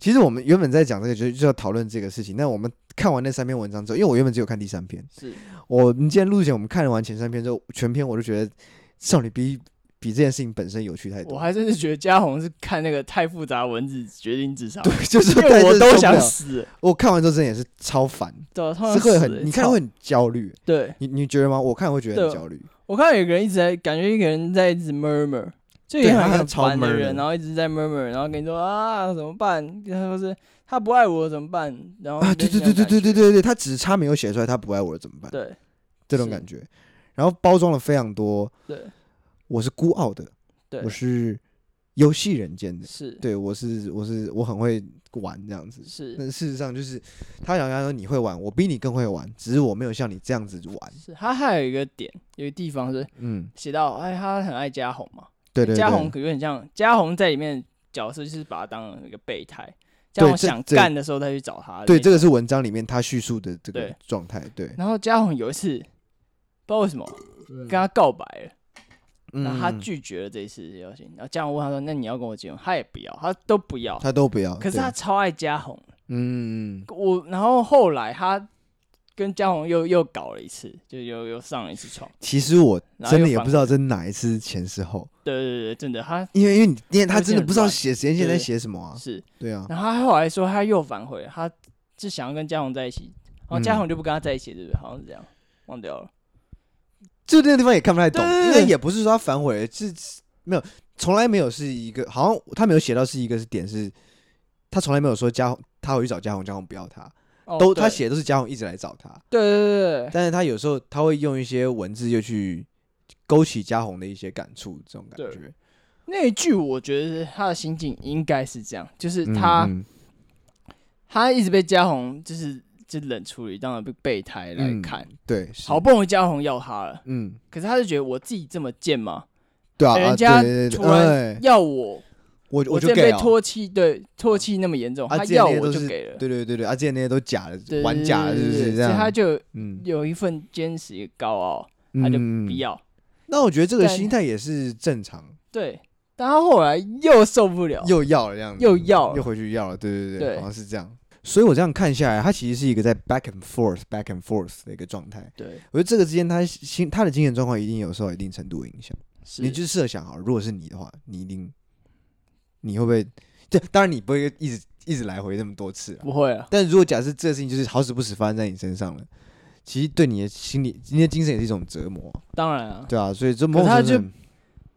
S1: 其实我们原本在讲这个，就就要讨论这个事情。那我们看完那三篇文章之后，因为我原本只有看第三篇，
S2: 是
S1: 我们今天录之前我们看完前三篇之后，全篇我就觉得少女比比这件事情本身有趣太
S2: 我
S1: 多。
S2: 还真是觉得嘉宏是看那个太复杂文字决定自杀，
S1: 对， <laughs> 就是
S2: 因为
S1: 太
S2: 我
S1: 真的
S2: 都
S1: 受不
S2: 想
S1: 了
S2: 死，
S1: 我看完之后真的也是超烦，
S2: 对啊，通
S1: 是
S2: 常
S1: 会
S2: 死
S1: 很，你看
S2: 操
S1: 会很焦虑，
S2: 对
S1: 你你觉得吗？我看会觉得
S2: 对
S1: 很焦虑，啊
S2: 我看到有个人一直在，感觉一个人在一直 murmur，就也
S1: 对他
S2: 很很
S1: 超
S2: 烦的
S1: murmur
S2: 人，然后一直在 murmur，然后跟你说啊怎么办？他说是他不爱我怎么办？然后
S1: 啊，
S2: 类
S1: 对
S2: 似
S1: 对
S2: 这种
S1: 对对对
S2: 感觉
S1: 对对对，他只差没有写出来他不爱我了怎么办？
S2: 对
S1: 这种
S2: 是
S1: 感觉，然后包装了非常多，
S2: 对
S1: 我是孤傲的，
S2: 对
S1: 我是游戏人间的，
S2: 是
S1: 对我是我是我很会玩这样子。
S2: 是
S1: 但事实上就是，他想要说你会玩，我比你更会玩，只是我没有像你这样子玩。
S2: 是，他还有一个点，有一个地方是
S1: 嗯，
S2: 写到，哎，他很爱嘉宏嘛，
S1: 对对对，
S2: 嘉宏可有点像嘉宏在里面的角色，就是把他当一个备胎，
S1: 对
S2: 嘉宏
S1: 这
S2: 想
S1: 这
S2: 干的时候再去找他。
S1: 对这
S2: 个，
S1: 个是文章里面他叙述的这个
S2: 对
S1: 状态，对，
S2: 然后嘉宏有一次不知道为什么跟他告白了，然后他
S1: 嗯
S2: 拒绝了这一次的邀请，然后嘉宏问他说：“那你要跟我结婚？”他也不要，他都不要。
S1: 嗯他都不要，
S2: 可是
S1: 对
S2: 他超爱嘉宏，
S1: 嗯，
S2: 我然后后来他跟嘉宏又又搞了一次，就又又上了一次床。
S1: 其实我
S2: 然后
S1: 真的
S2: 又
S1: 也
S2: 反
S1: 不知道这是哪一次前是后，
S2: 对对对，真的他
S1: 因为因为你因为他
S2: 有
S1: 真
S2: 点
S1: 的不知道
S2: 乱
S1: 写时间线在
S2: 对
S1: 写什么啊，
S2: 是
S1: 对啊，
S2: 然后他后来说他又反悔了，他就想要跟嘉宏在一起，然后嘉
S1: 嗯
S2: 宏就不跟他在一起，对不对？好像是这样，忘掉了。
S1: 就那个地方也看不太懂，
S2: 对对
S1: 因
S2: 对
S1: 为也不是说他反悔了，是是没有从来没有是一个好像他没有写到是一个是点是，他从来没有说嘉宏他回去找嘉宏，嘉宏不要他，
S2: 哦
S1: 都他
S2: 对
S1: 写的都是嘉宏一直来找他，
S2: 对对对对
S1: 但是他有时候他会用一些文字又去勾起嘉宏的一些感触，这种感
S2: 对
S1: 觉，
S2: 那一句我觉得他的心境应该是这样，就是
S1: 嗯
S2: 他、
S1: 嗯
S2: 他一直被嘉宏就是就冷处理，当然被备胎来
S1: 嗯
S2: 看，
S1: 对是
S2: 好不容易嘉宏要他了，
S1: 嗯
S2: 可是他就觉得我自己这么贱吗？
S1: 对啊，
S2: 人
S1: 啊
S2: 家
S1: 对对对
S2: 突
S1: 对
S2: 然
S1: 哎
S2: 要我，
S1: 我
S2: 我
S1: 就
S2: 这
S1: 给
S2: 被
S1: 啊。
S2: 唾弃，对唾弃那么严重，
S1: 啊
S2: 他
S1: 之前
S2: 要
S1: 那些
S2: 我
S1: 都
S2: 就是给了，
S1: 对对对对，啊，之前那些都假
S2: 对
S1: 的，玩假的，是不
S2: 对对
S1: 是
S2: 对
S1: 这
S2: 所
S1: 样？
S2: 以他就
S1: 嗯，
S2: 有一份坚持与高傲，他
S1: 他
S2: 就不。要。
S1: 那我觉得这个
S2: 但
S1: 心态也是正常，
S2: 对，但他后来又受不了，
S1: 又要了这样子，
S2: 又要了
S1: 又回去要了，对对
S2: 对
S1: 好像是这样。所以我这样看下来，他其实是一个在 back and forth、back and forth 的一个状态。
S2: 对，
S1: 我觉得这个之间他心他的精神状况一定有受到一定程度的影响。
S2: 是
S1: 你就设想好，如果是你的话，你一定你会不会？这当然你不会一直一直来回那么多次啊，
S2: 不会啊，
S1: 但如果假设这个事情就是好死不死发生在你身上了，其实对你的心理、你的精神也是一种折磨啊，
S2: 当然啊，
S1: 对啊，所以这某种程
S2: 可他
S1: 度
S2: 就
S1: 上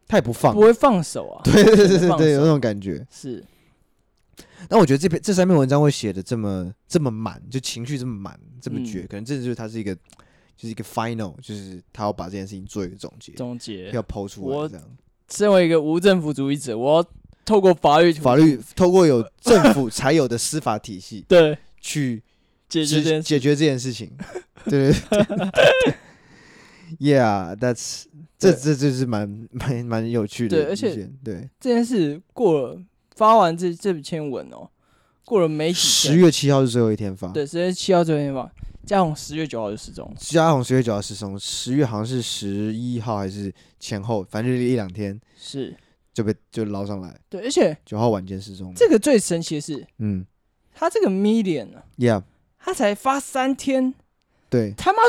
S1: 他也不放
S2: 不，会放手啊。
S1: <laughs> 对对对
S2: 不
S1: 对
S2: 放
S1: 对，有
S2: 手
S1: 那种感觉。
S2: 是，
S1: 那我觉得这篇这三篇文章会写的这么这么满，就情绪这么满，这么
S2: 嗯
S1: 绝，可能这就是他是一个就是一个 final，就是他要把这件事情做一个总结，
S2: 总结，
S1: 要抛出
S2: 我
S1: 来这样。
S2: 身为一个无政府主义者，我要透过法律途
S1: 法
S2: 径
S1: 律透过有政
S2: <laughs>
S1: 府才有的司法体系
S2: 对
S1: 去
S2: 解决
S1: 是
S2: 这件事。
S1: 解决这件事
S2: <laughs>
S1: 情。对对对对对，Yeah, that's 这
S2: 对
S1: 这这是蛮蛮蛮有趣的意
S2: 对
S1: 见，
S2: 而且
S1: 对
S2: 这件事过了，发完这这篇文哦，过了没几
S1: 十
S2: 天，
S1: 月七号是最后一天发，
S2: 对，十月七号这边吧，嘉宏十月九号就失踪了。
S1: 嘉宏十月九号失踪，十月好像是十一号还是前后，反正就一两天
S2: 是
S1: 就被就捞上来，
S2: 对，而且
S1: 九号晚间失踪。
S2: 这个最神奇的是，
S1: 嗯
S2: 他这个 Million 呢、
S1: ，Yeah，
S2: 他才发三天，
S1: 对
S2: 他妈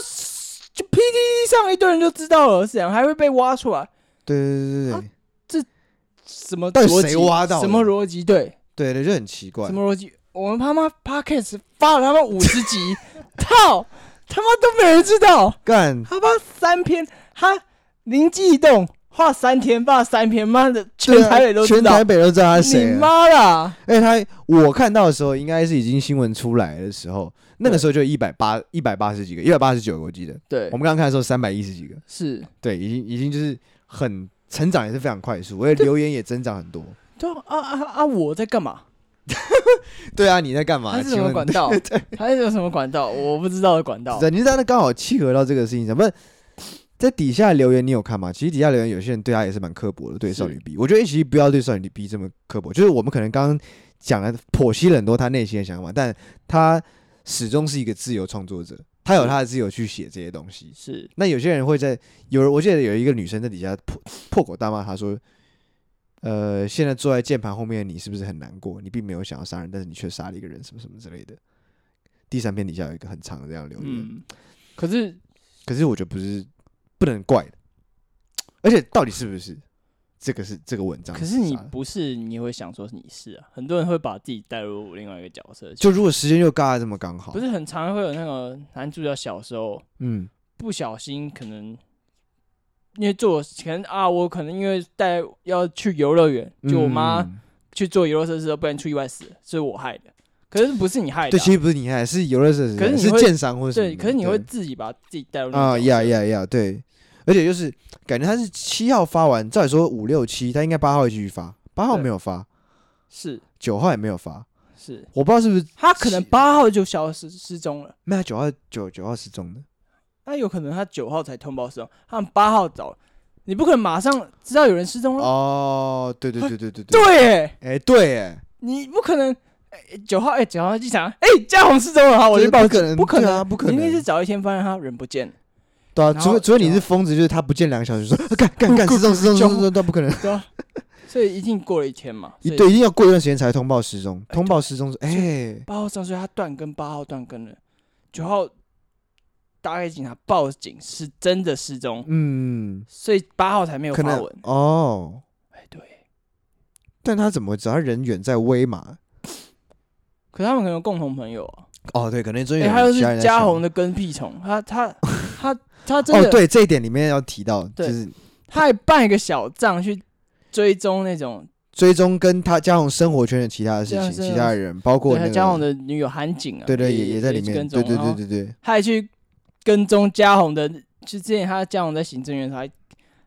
S2: 就 PDD 上一堆人就知道了，是这样还会被挖出来，
S1: 对对
S2: 啊
S1: 对对对
S2: 什么
S1: 到底
S2: 逻
S1: 谁
S2: 辑？
S1: 挖到的
S2: 什么逻辑？对，
S1: 对对，就很奇怪
S2: 什。么逻辑？我们他妈 Podcast 发了他妈五十集，操，他妈都没人知道。
S1: 干，
S2: 他妈三篇，他灵机一动，画三天，画三篇，妈的，全
S1: 对啊
S2: 台北都知
S1: 全
S2: 道
S1: 台，北都知道他是
S2: 你
S1: 谁啊了。
S2: 妈啊啦！
S1: 哎，他我看到的时候，应该是已经新闻出来的时候，那个时候就一百八一百八十几个，一百八十九个我记得。
S2: 对
S1: 我，们刚刚看的时候三百一十几个，
S2: 是，
S1: 对，已经已经就是很成长也是非常快速，而且留言也增长很多。
S2: 对啊啊啊啊！我在干嘛？
S1: <laughs> 对啊，你在干嘛？
S2: 他是
S1: 请
S2: 什么
S1: 问
S2: 管道？他是有什么管道？我不知道的管道。
S1: 对，你是那刚好契合到这个事情上，不是在底下留言你有看吗？其实底下留言有些人对他也是蛮刻薄的，对少女 B，我觉得其实不要对少女 B 这么刻薄，就是我们可能刚刚讲了剖析了很多他内心的想法，但他始终是一个自由创作者，他有他的自由去写这些东西。
S2: 是，
S1: 那有些人会在有人，我记得有一个女生在底下破破口大骂，她说：“呃，现在坐在键盘后面的你是不是很难过？你并没有想要杀人，但是你却杀了一个人，什么什么之类的。”第三篇底下有一个很长的这样留言，
S2: 嗯，可是
S1: 可是我觉得不是不能怪的，而且到底是不是这个是这个文章
S2: 可
S1: 自
S2: 是
S1: 杀的？
S2: 你不是，你也会想说你是啊。很多人会把自己带入另外一个角色去，
S1: 就如果时间又尬得这么刚好，
S2: 不是很常会有那个男主角小时候
S1: 嗯
S2: 不小心可能因为做可能啊，我可能因为带要去游乐园，就我妈
S1: 嗯
S2: 去做游乐设施的时候，不然出意外死了，是我害的。可是不是你害的
S1: 对，
S2: 啊、
S1: 其实不是你害，是游乐设施
S2: 可是
S1: 害，
S2: 你
S1: 是
S2: 会
S1: 建商或者什么
S2: 对，
S1: 的
S2: 可是你会
S1: 对
S2: 自己把自己带入那个
S1: 啊
S2: 角色
S1: 呀呀呀，对，而且就是感觉他是七号发完，照理说五六七他应该八号会继续发，八号
S2: 对
S1: 没有发，
S2: 是
S1: 九号也没有发，
S2: 是，
S1: 我不知道是不是
S2: 他可能
S1: 是
S2: 八号就消失失踪了，
S1: 没有九号九九号失踪的，
S2: 那有可能他九号才通报失踪，他们八号找，你不可能马上知道有人失踪了，
S1: 哦，对对对对对对，
S2: 对耶，
S1: 哎对哎，
S2: 你不可能。哎九号哎，九号机场哎，嘉宏失踪了，好，
S1: 就
S2: 我就是报
S1: 不
S2: 警
S1: 可能
S2: 不可
S1: 对
S2: 能
S1: 啊，不可
S2: 你一定
S1: 能
S2: 是找一天发现他人不见了，
S1: 对啊，
S2: 然
S1: 除非
S2: 后
S1: 除非你
S2: 九
S1: 是
S2: 号
S1: 疯子，就是他不见两个小时说啊干干干失踪失踪失
S2: 九
S1: 踪失踪，那不可能，
S2: 对
S1: <laughs>
S2: 吧？所以一定过了一天嘛，
S1: 一
S2: 所以
S1: 对一定要过一段时间才通报失踪，
S2: 哎
S1: 通
S2: 对
S1: 报失踪是哎
S2: 八号上，所以他断更，八号断更了，九号打给警察报警是真的失踪，
S1: 嗯，
S2: 所以八号才没有
S1: 可
S2: 发
S1: 能
S2: 文。
S1: 哦，
S2: 哎，对，
S1: 但他怎么知道他人远在威马？
S2: 可他们可能有共同朋友啊。
S1: 哦，对，可能最
S2: 哎，
S1: 远
S2: 他又
S1: 其他人
S2: 是
S1: 在
S2: 嘉
S1: 想
S2: 宏的跟屁虫，
S1: <laughs>
S2: 他他他他真
S1: 哦，
S2: 的，
S1: 对，这一点里面要提到，就
S2: 对
S1: 是
S2: 他还办一个小账去追踪那种，
S1: 追踪跟他嘉宏生活圈的其他的事
S2: 对啊
S1: 情，
S2: 是啊
S1: 其他的人，包括
S2: 对，
S1: 那
S2: 他
S1: 个
S2: 嘉宏的女友韩景啊，
S1: 对对，也也在里
S2: 去
S1: 面，
S2: 跟
S1: 对
S2: 踪，哦
S1: 对
S2: 然后
S1: 对对
S2: <laughs>
S1: 对，
S2: 他还去跟踪嘉宏的，就之前他嘉宏在行政院的时候还。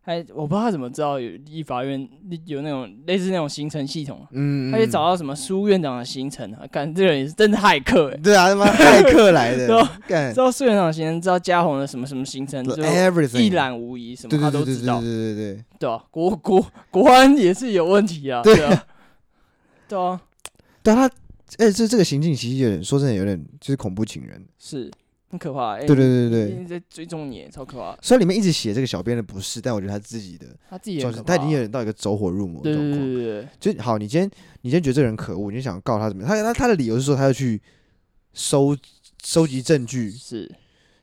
S2: 还我不知道他怎么知道有立法院有那种类似那种行程系统啊，
S1: 嗯，
S2: 他去找
S1: 嗯
S2: 到什么苏院长的行程啊，感这个人也是真的骇客哎、
S1: 对啊，
S2: <laughs>
S1: 他妈骇客来的
S2: 对啊，
S1: 干
S2: 知道苏院长的行程，知道嘉宏的什么什么行程，就
S1: ，everything
S2: 一览无遗，什
S1: 对对
S2: 么他
S1: 对
S2: 都
S1: 对
S2: 知
S1: 对
S2: 道，
S1: 对对对，
S2: 对吧、国国国安也是有问题啊，
S1: 对
S2: 对啊， <laughs> 对啊，
S1: 但他哎，这这个行径其实有点，说真的有点就是恐怖情人，
S2: 是很可怕、欸，
S1: 对对对对。
S2: 对，在追踪你欸，超可怕，
S1: 虽然里面一直写这个小编的不是，但我觉得他自己的
S2: 他自己也
S1: 状
S2: 很
S1: 态，他
S2: 可怕、
S1: 已经有点到一个走火入魔的
S2: 对
S1: 状
S2: 对
S1: 况。
S2: 对对对，
S1: 就好，你今天你今天觉得这个人可恶，你就想告他怎么样？他他他的理由是说他要去收收集证据，
S2: 是。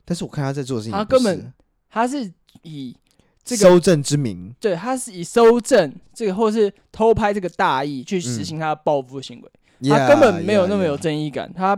S1: 但是我看他在做的事情
S2: 他
S1: 不是，
S2: 根本他是以这个
S1: 收证之名，
S2: 对，他是以搜证这个或是偷拍这个大意去
S1: 嗯
S2: 实行他的报复行为，他根本没有那么有正义感，他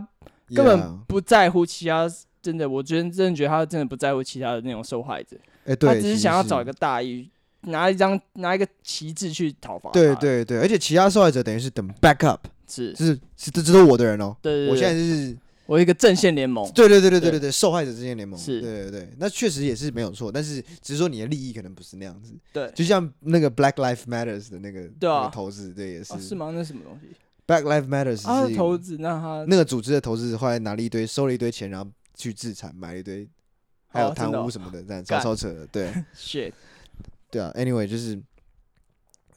S2: 根本不在乎其他。真的，我觉得真的觉得他真的不在乎其他的那种受害者，
S1: 哎，对，
S2: 他只
S1: 其
S2: 是
S1: 实
S2: 想要找一个大意，拿一张拿一个旗帜去讨伐他。
S1: 对对对，而且其他受害者等于是等 back up，
S2: 是，
S1: 就是是这这都是我的人哦，
S2: 对对对，
S1: 我现在是
S2: 我一个阵线联盟，
S1: 对对对对对
S2: 对
S1: 对对，受害者之间联盟，对
S2: 是
S1: 对对，那确实也是没有错，但是只是说你的利益可能不是那样子，
S2: 对，
S1: 就像那个 Black Life Matters 的那个
S2: 对啊
S1: 那个投资，对也
S2: 哦是吗？那是什么东西？
S1: Black Life Matters
S2: 啊，他
S1: 是一
S2: 的
S1: 个
S2: 投资那他
S1: 那个组织的投资后来拿了一堆，收了一堆钱，然后去自产，买了一堆，还有
S2: 哦
S1: 贪
S2: 真的哦
S1: 污什么的，这样超
S2: 干
S1: 超扯的，对
S2: shit
S1: 对啊。Anyway，就是，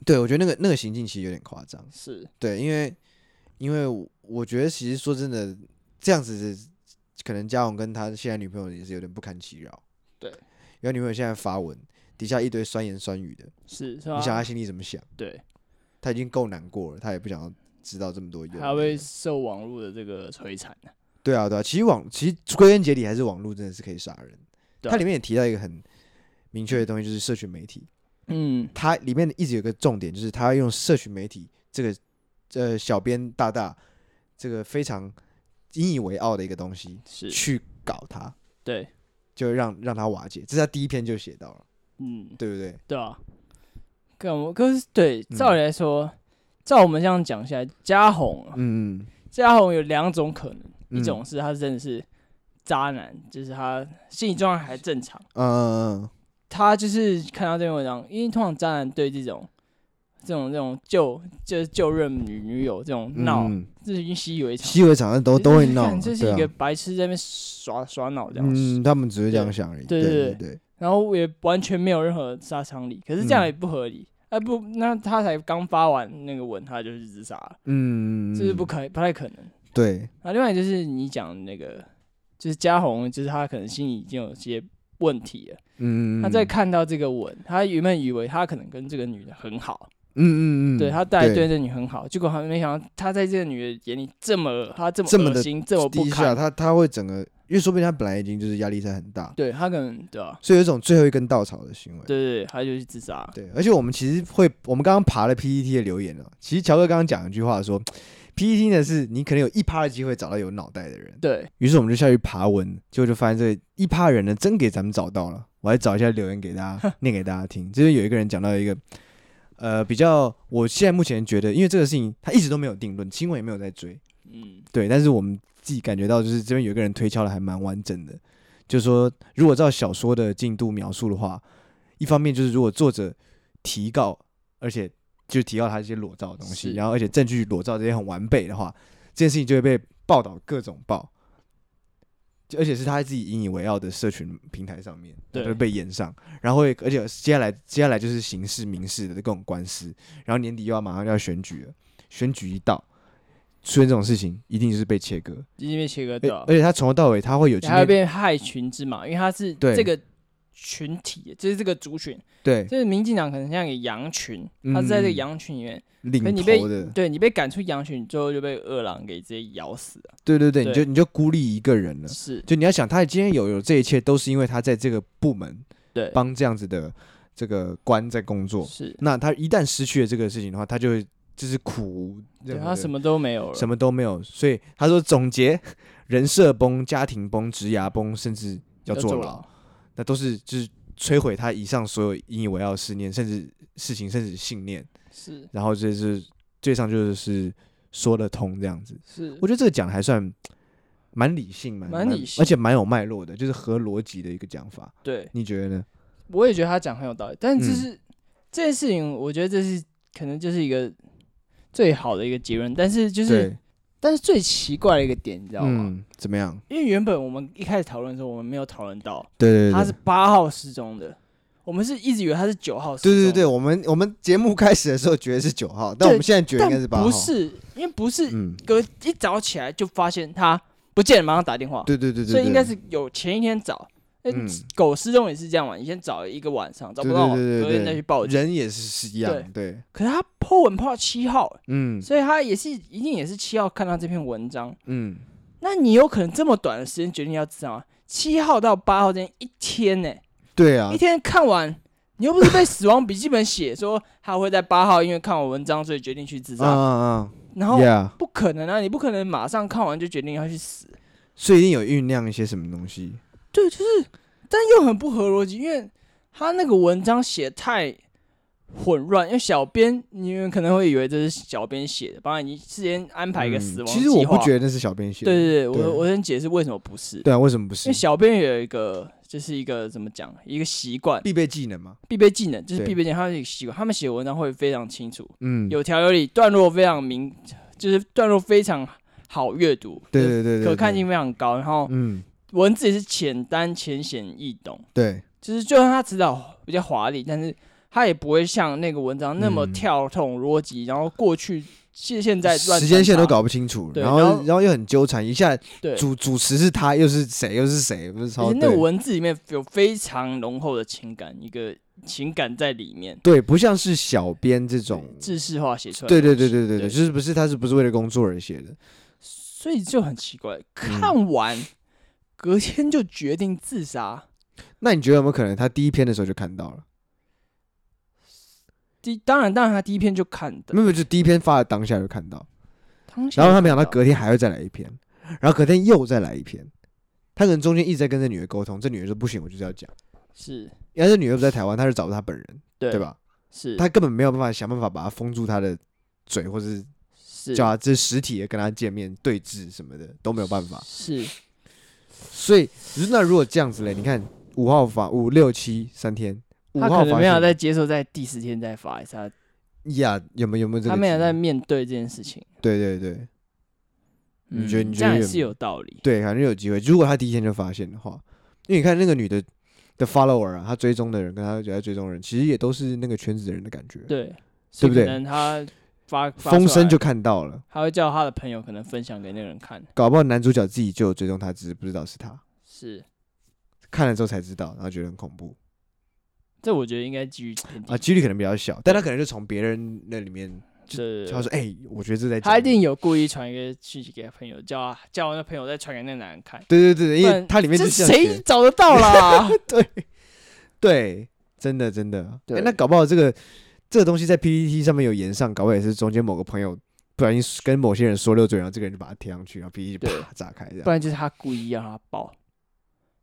S1: 对我觉得那个那个行径其实有点夸张，
S2: 是
S1: 对，因为因为我我觉得其实说真的，这样子的可能嘉宏跟他现在女朋友也是有点不堪其扰。
S2: 对，
S1: 因为女朋友现在发文底下一堆酸言酸语的，
S2: 是是吧？
S1: 你想他心里怎么想？
S2: 对，
S1: 他已经够难过了，他也不想要知道这么多有的没
S2: 还会
S1: 的。
S2: 受网络的这个摧残呢。
S1: 对啊，对啊，其实网其实归根结底还是网络真的是可以杀人。
S2: 对啊
S1: 它里面也提到一个很明确的东西，就是社群媒体。
S2: 嗯，
S1: 它里面一直有个重点，就是它要用社群媒体这个呃小编大大这个非常引以为傲的一个东西
S2: 是
S1: 去搞它，
S2: 对，
S1: 就让让它瓦解。这是他第一篇就写到了，
S2: 嗯，
S1: 对不对？
S2: 对啊。干我可是对，
S1: 嗯
S2: 照理来说，照我们这样讲下来，嘉宏啊，
S1: 嗯，
S2: 嘉宏有两种可能，
S1: 嗯
S2: 一种是他真的是渣男，就是他心理状态还正常，
S1: 嗯嗯
S2: 他就是看到这篇文章，因为通常渣男对这种。这种这种旧就是旧任女女友这种
S1: 嗯
S2: 闹，
S1: 嗯
S2: 这已经习以为常，
S1: 西尾场上都
S2: 就是
S1: 都会
S2: 看
S1: 闹，
S2: 这是
S1: 对
S2: 一
S1: 啊
S2: 个白痴在那边耍耍脑这样子，
S1: 嗯，他们只是这样想而已。
S2: 对对
S1: 对
S2: 对
S1: 对，
S2: 然后也完全没有任何杀伤力。可是这样
S1: 嗯
S2: 也不合理，啊不，那他才刚发完那个文，他就是自杀了，
S1: 嗯，
S2: 这是不可不太可能。
S1: 对，
S2: 啊，另外就是你讲那个，就是嘉宏，就是他可能心里已经有些问题了。
S1: 嗯，
S2: 他在看到这个吻，他原本以为他可能跟这个女的很好，
S1: 嗯，嗯嗯嗯，
S2: 对他带对
S1: 对
S2: 这女很好，结果他没想到他在这个女的眼里这么他这么
S1: 这么的
S2: 恶心，这么
S1: 第
S2: 不
S1: 一下
S2: 堪，
S1: 他他会整个，因为说不定他本来已经就是压力山很大，
S2: 对他可能对吧、啊
S1: 所以有一种最后一根稻草的行为。
S2: 对对，对他就去自杀了。
S1: 对，而且我们其实会，我们刚刚爬了 PPT 的留言呢、其实乔哥刚刚讲一句话说，PPT 呢是你可能有一趴的机会找到有脑袋的人，
S2: 对，
S1: 于是我们就下去爬文，结果就发现这一趴人呢真给咱们找到了。我来找一下留言给大家念给大家听，这边有一个人讲到一个，呃，比较我现在目前觉得，因为这个事情他一直都没有定论，新闻也没有在追，
S2: 嗯，
S1: 对，但是我们自己感觉到，就是这边有一个人推敲的还蛮完整的，就是说如果照小说的进度描述的话，一方面就是如果作者提告，而且就提到他这些裸照的东西，
S2: 是
S1: 然后而且证据裸照这些很完备的话，这件事情就会被报道各种报，就而且是他自己引以为傲的社群平台上面，
S2: 对
S1: 会被延上，然后会而且接下来接下来就是刑事民事的各种官司，然后年底又要马上要选举了，选举一到。出现这种事情，一定就是被切割。
S2: 因为切割
S1: 而
S2: 掉
S1: 而，且他从头到尾，他会哎有今
S2: 啊还会
S1: 天
S2: 变害群之马，因为他是
S1: 对
S2: 这个群体，就是这个族群，
S1: 对
S2: 就是民进党可能像一个羊群，他是在这个
S1: 嗯
S2: 羊群里面，
S1: 领
S2: 可你被
S1: 头的，
S2: 对你被赶出羊群，你最后就被饿狼给直接咬死了。
S1: 对对对，你
S2: 对
S1: 就你就孤立一个人了。
S2: 是，
S1: 就你要想，他今天有有这一切，都是因为他在这个部门
S2: 对，
S1: 帮这样子的这个官在工作。
S2: 是，
S1: 那他一旦失去了这个事情的话，他就会就是苦无任
S2: 对
S1: 何的，
S2: 他什么都没有了，
S1: 什么都没有。所以他说总结： <laughs> 人设崩、家庭崩、职涯崩，甚至要坐牢，，那都是就是摧毁他以上所有引以为傲的思念，甚至事情，甚至信念。
S2: 是
S1: 然后这是最上就是说得通这样子。
S2: 是
S1: 我，觉得这个讲的还算蛮理性，蛮
S2: 蛮理性
S1: 而且蛮有脉络的，就是合逻辑的一个讲法。
S2: 对，
S1: 你觉得呢？
S2: 我也觉得他讲很有道理，但
S1: 嗯
S2: 就是、这件事情，我觉得这是可能就是一个最好的一个结论，但是就是
S1: 对，
S2: 但是最奇怪的一个点，你知道吗？
S1: 嗯，怎么样？
S2: 因为原本我们一开始讨论的时候，我们没有讨论到
S1: 对对对，
S2: 他是八号失踪的，我们是一直以为他是九号失
S1: 对
S2: 踪
S1: 对
S2: 的。
S1: 对对，我们我们节目开始的时候觉得是九号，但我们现在觉得应该
S2: 但
S1: 八号。
S2: 不，是，因为不是
S1: 嗯，
S2: 隔一早起来就发现他不见了，马上打电话，
S1: 对对对对，
S2: 所以应该
S1: 对
S2: 是有前一天找。那
S1: 嗯
S2: 狗失踪也是这样嘛，你先找一个晚上找
S1: 对
S2: 不
S1: 对
S2: 到，
S1: 对
S2: 隔
S1: 对对，
S2: 天再去报警。
S1: 人也是是一样，对，
S2: 可是他 po 文 po 到七号，
S1: 嗯
S2: 所以他也是一定也是七号看到这篇文章。
S1: 嗯，
S2: 那你有可能这么短的时间决定要自杀吗？七号到八号之间一天呢、
S1: 对啊
S2: 一，天看完，你又不是被死亡笔记本写说他会在八号因为看我文章所以决定去自
S1: 啊
S2: 杀，
S1: 啊
S2: 然
S1: 啊
S2: 后
S1: ，Yeah，
S2: 不可能啊，你不可能马上看完就决定要去死，
S1: 所以一定有酝酿一些什么东西。
S2: 对，就是，但又很不合逻辑，因为他那个文章写得太混乱，因为小编你们可能会以为这是小编写的，帮你事先安排一个
S1: 嗯
S2: 死亡、
S1: 其实我不觉，得那是小编写的，
S2: 对对对，
S1: 对
S2: 我我先解释为什么不是，
S1: 对啊，为什么不
S2: 因
S1: 是
S2: 为？小编有一个就是一个怎么讲，一个习惯。
S1: 必备技能嘛，
S2: 必备技能，就是
S1: 对
S2: 必备技能，他们习惯，他们写文章会非常清楚，
S1: 嗯，
S2: 有条有理，段落非常明，就是段落非常好阅读，
S1: 对
S2: 就是
S1: 对对对，
S2: 可看
S1: 对
S2: 性非常高，然后
S1: 嗯，
S2: 文字也是简单、浅显易懂，
S1: 对，
S2: 就是就算他指导比较华丽，但是他也不会像那个文章那么
S1: 嗯
S2: 跳痛逻辑，然后过去现现在乱
S1: 时间线都
S2: 穿插
S1: 搞不清楚，
S2: 对
S1: 然
S2: 然
S1: 后
S2: 后
S1: 然后又很纠缠，一下
S2: 对，
S1: 主主持是他，又是谁，又是谁，不是超
S2: 而且那个
S1: 对
S2: 文字里面有非常浓厚的情感，一个情感在里面，
S1: 对，不像是小编这种，
S2: 制式化写出来的
S1: 对对
S2: 东西。
S1: 对对对对，
S2: 对
S1: 就是不是他是不是为了工作而写的？
S2: 所以就很奇
S1: 嗯
S2: 怪，看完、隔天就决定自杀。
S1: 那你觉得有没有可能他第一篇的时候就看到了？
S2: 第当然，当然他第一篇就看的，
S1: 没有，没有就第一篇发的当下就看到，
S2: 当下
S1: 然后他
S2: 就
S1: 没想到
S2: 看
S1: 隔天还会再来一篇，然后隔天又再来一篇，他可能中间一直在跟这女的沟通，这女的说不行，我就是要讲，
S2: 是
S1: 因为这女的不在台湾，他就找到他本人，
S2: 对
S1: 对？吧？
S2: 是
S1: 他根本没有办法想办法把他封住他的嘴，或是
S2: 是
S1: 叫他这实体的跟他见面对峙什么的都没有办法。
S2: 是
S1: 所以那如果这样子嘞，你看五号房五六七三天，五
S2: 他
S1: 号
S2: 可能
S1: 房
S2: 没有在接受，在第十天再发一次，他
S1: 呀，有没有有没有这个
S2: 他
S1: 机会？
S2: 没有在面对这件事情。
S1: 对对对你觉得
S2: 嗯
S1: 你觉
S2: 这样
S1: 得
S2: 也
S1: 有
S2: 是有道理？
S1: 对，反正有机会。如果他第一天就发现的话，因为你看那个女的的 follower 啊，她追踪的人跟她有在追踪的人，其实也都是那个圈子的人的感觉，对
S2: 对，
S1: 不对
S2: 所以可能他发发
S1: 风
S2: 出来
S1: 声就看到了，
S2: 他会叫他的朋友可能分享给那个人看，
S1: 搞不好男主角自己就有追踪她，只是不知道是她，
S2: 是
S1: 看了之后才知道，然后觉得很恐怖。
S2: 这我觉得应该基于偏
S1: 啊，
S2: 见，
S1: 几率可能比较小，但他可能就从别人那里面，
S2: 这
S1: 他说：“哎、我觉得这在讲
S2: 他一定
S1: 你
S2: 有故意传一个信息给他朋友，叫他叫我那朋友再传给那男人看，
S1: 对对对对，因
S2: 不
S1: 为
S2: 然
S1: 它里面
S2: 这
S1: 是这样
S2: 谁
S1: 写啊
S2: 找得
S1: <laughs>
S2: 到啦？
S1: 对，真的真的。哎、
S2: 对
S1: 那搞不好这个这个东西在 PPT 上面有延上，搞不好也是中间某个朋友不小心跟某些人说溜嘴，然后这个人就把它贴上去，然后 PPT
S2: 对
S1: 啪炸开这
S2: 不
S1: 样。
S2: 然就是他故意让他爆，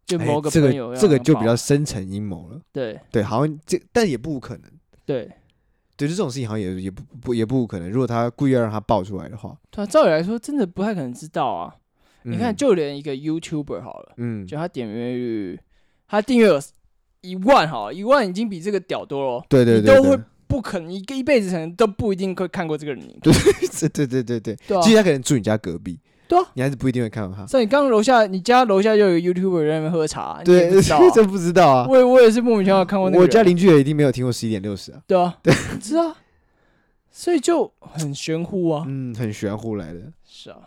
S2: 就
S1: 哎
S2: 某个
S1: 这
S2: 朋
S1: 个
S2: 友要
S1: 这个
S2: 让他
S1: 就比
S2: 爆
S1: 较深层阴谋了，
S2: 对
S1: 对，好像这但也不无可能，
S2: 对。
S1: 对，就这种事情好像也也不不也不无可能。如果他故意要让他爆出来的话，
S2: 对啊，照理来说，真的不太可能知道啊。你看，
S1: 嗯
S2: 就连一个 YouTuber 好了，
S1: 嗯，
S2: 就他点阅率，他订阅有一万好了，一万已经比这个屌多了哦。
S1: 对对
S2: 你
S1: 对
S2: 都会
S1: 对，
S2: 不可能一个一辈子可能都不一定会看过这个人影片。
S1: 对对对对对，
S2: 对啊
S1: 其，实他可能住你家隔壁，
S2: 对啊，
S1: 你还是不一定会看到他。
S2: 像你刚刚楼下，你家楼下就有一个 YouTuber 在那边喝茶，你也
S1: 对， <laughs>
S2: 不知道啊、
S1: 这不知道啊。
S2: 我也我也是莫名其妙看过那个
S1: 我
S2: 人
S1: 家邻居也一定没有听过十一点六十啊。
S2: 对啊，你知道啊，所以就很玄乎啊。
S1: 嗯，很玄乎来的。
S2: 是啊，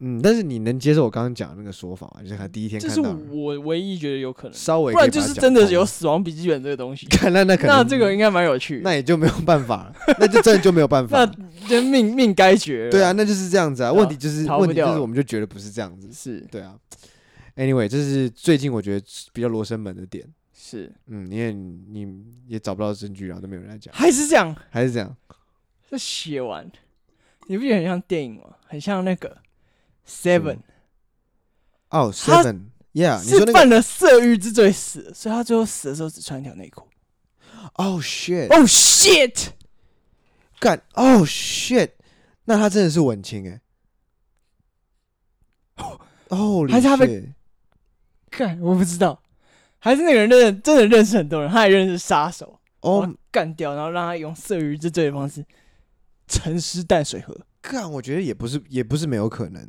S1: 嗯，但是你能接受我刚刚讲的那个说法吗？就是他第一天
S2: 这
S1: 看
S2: 是
S1: 到，
S2: 我唯一觉得有可能，
S1: 稍微
S2: 不然
S1: 可
S2: 就
S1: 以把
S2: 是
S1: 它
S2: 真的
S1: 讲
S2: 有
S1: 通。
S2: 死亡笔记本这个东西。
S1: <laughs> 看那那 <laughs> 可能
S2: 那这个应该蛮有趣的
S1: 那也就没有办法
S2: <laughs>
S1: 了，那就真的就没有办法
S2: 那
S1: 了。
S2: 这命命该绝了。
S1: 对啊，，那就是这样子啊。
S2: 对啊
S1: 问题就是
S2: 逃不
S1: 问题就
S2: 掉
S1: 是
S2: 了
S1: 我们就觉得不是这样子。
S2: 是
S1: 对啊。Anyway，这是最近我觉得比较罗生门的点。
S2: 是，
S1: 嗯，因为你你也找不到证据，然后都没有人来讲，
S2: 还是这样。
S1: 还是这样。
S2: 这写完，你不觉得很像电影吗？很像那个 Seven，、
S1: 哦、s e
S2: 他
S1: v e n y e a h 嗯你说
S2: 是
S1: 那个
S2: 犯了色欲之罪死，所以他最后死的时候只穿一条内裤。
S1: 哦、shit， <laughs>
S2: Oh shit！
S1: 干哦、shit，那他真的是文青哎、哦，
S2: 还是他被干，我不知道，还是那个人认真的认识很多人，他也认识杀手，把
S1: 哦
S2: 他干掉，然后让他用色欲之罪的方式沉尸淡水河。
S1: 干，我觉得也不是也不是没有可能，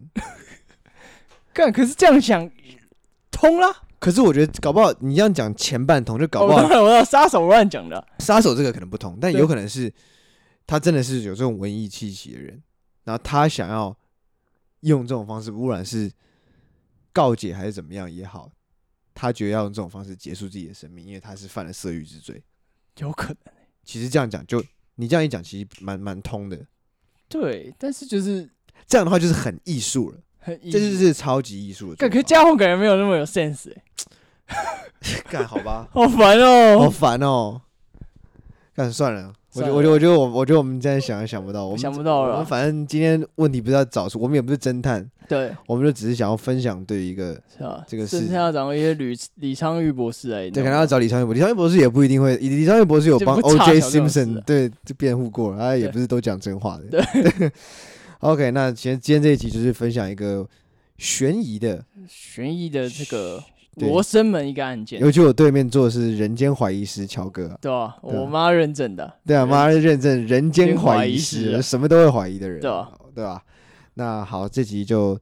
S2: 干，可是这样想通啦。
S1: 可是我觉得搞不好你这样讲前半通就搞不
S2: 哦当
S1: 好
S2: 然我要杀手乱讲的，
S1: 杀手这个可能不同，但
S2: 对
S1: 有可能是他真的是有这种文艺气息的人，然后他想要用这种方式，不管是告解还是怎么样也好，他觉得要用这种方式结束自己的生命，因为他是犯了色欲之罪。
S2: 有可能。
S1: 其实这样讲就你这样一讲，其实蛮蛮通的。
S2: 对，但是就是
S1: 这样的话就是很艺术了，
S2: 很
S1: 这就是超级艺术的做
S2: 干，
S1: 法。
S2: 可是家伙感觉没有那么有 sense，、欸、
S1: 干好吧，
S2: 好烦
S1: 好
S2: 哦、
S1: 烦哦。干算了，我觉
S2: 算
S1: 得
S2: 了
S1: 我觉得我觉得我我觉得我们现在想也想不到，我们
S2: 想不到
S1: 我
S2: 了
S1: 们
S2: 啊。
S1: 反正今天问题不是要找出，我们也不是侦探，
S2: 对，
S1: 我们就只是想要分享对一个，
S2: 是啊，
S1: 这个
S2: 甚
S1: 是
S2: 至要找一些吕李昌钰博士来弄，
S1: 对，可能要找李昌钰博，李昌钰博士也不一定会，李李昌钰博士有
S2: 就
S1: 帮
S2: 不差
S1: O.J.
S2: 小这种事
S1: Simpson
S2: 啊
S1: 对就辩护过了，他也
S2: 对
S1: 不是都讲真话的。
S2: 对
S1: <laughs> OK，那今天今天这一集就是分享一个悬疑的，
S2: 悬疑的这个
S1: 对
S2: 罗生门一个案件，
S1: 尤其我对面坐的是人间怀疑师乔哥啊、
S2: 对吧、
S1: 对啊
S2: 我妈认证的，
S1: <laughs> 对啊，妈认证人间怀疑
S2: 人间
S1: 师，
S2: 怀疑师啊
S1: 什么都会怀疑的人，哦
S2: 对啊
S1: 对吧？那好，这集就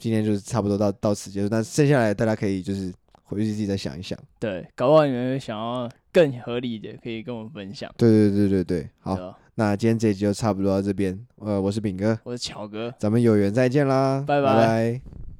S1: 今天就是差不多到到此结束。那剩下来大家可以就是回去自己再想一想。
S2: 对，搞不好你们想要更合理的，可以跟我们分享，
S1: 对对对对对，好啊
S2: 对，吧？
S1: 那今天这一集就差不多到这边，呃，我是炳哥，
S2: 我是乔哥，
S1: 咱们有缘再见啦，
S2: 拜
S1: 拜
S2: 拜
S1: 拜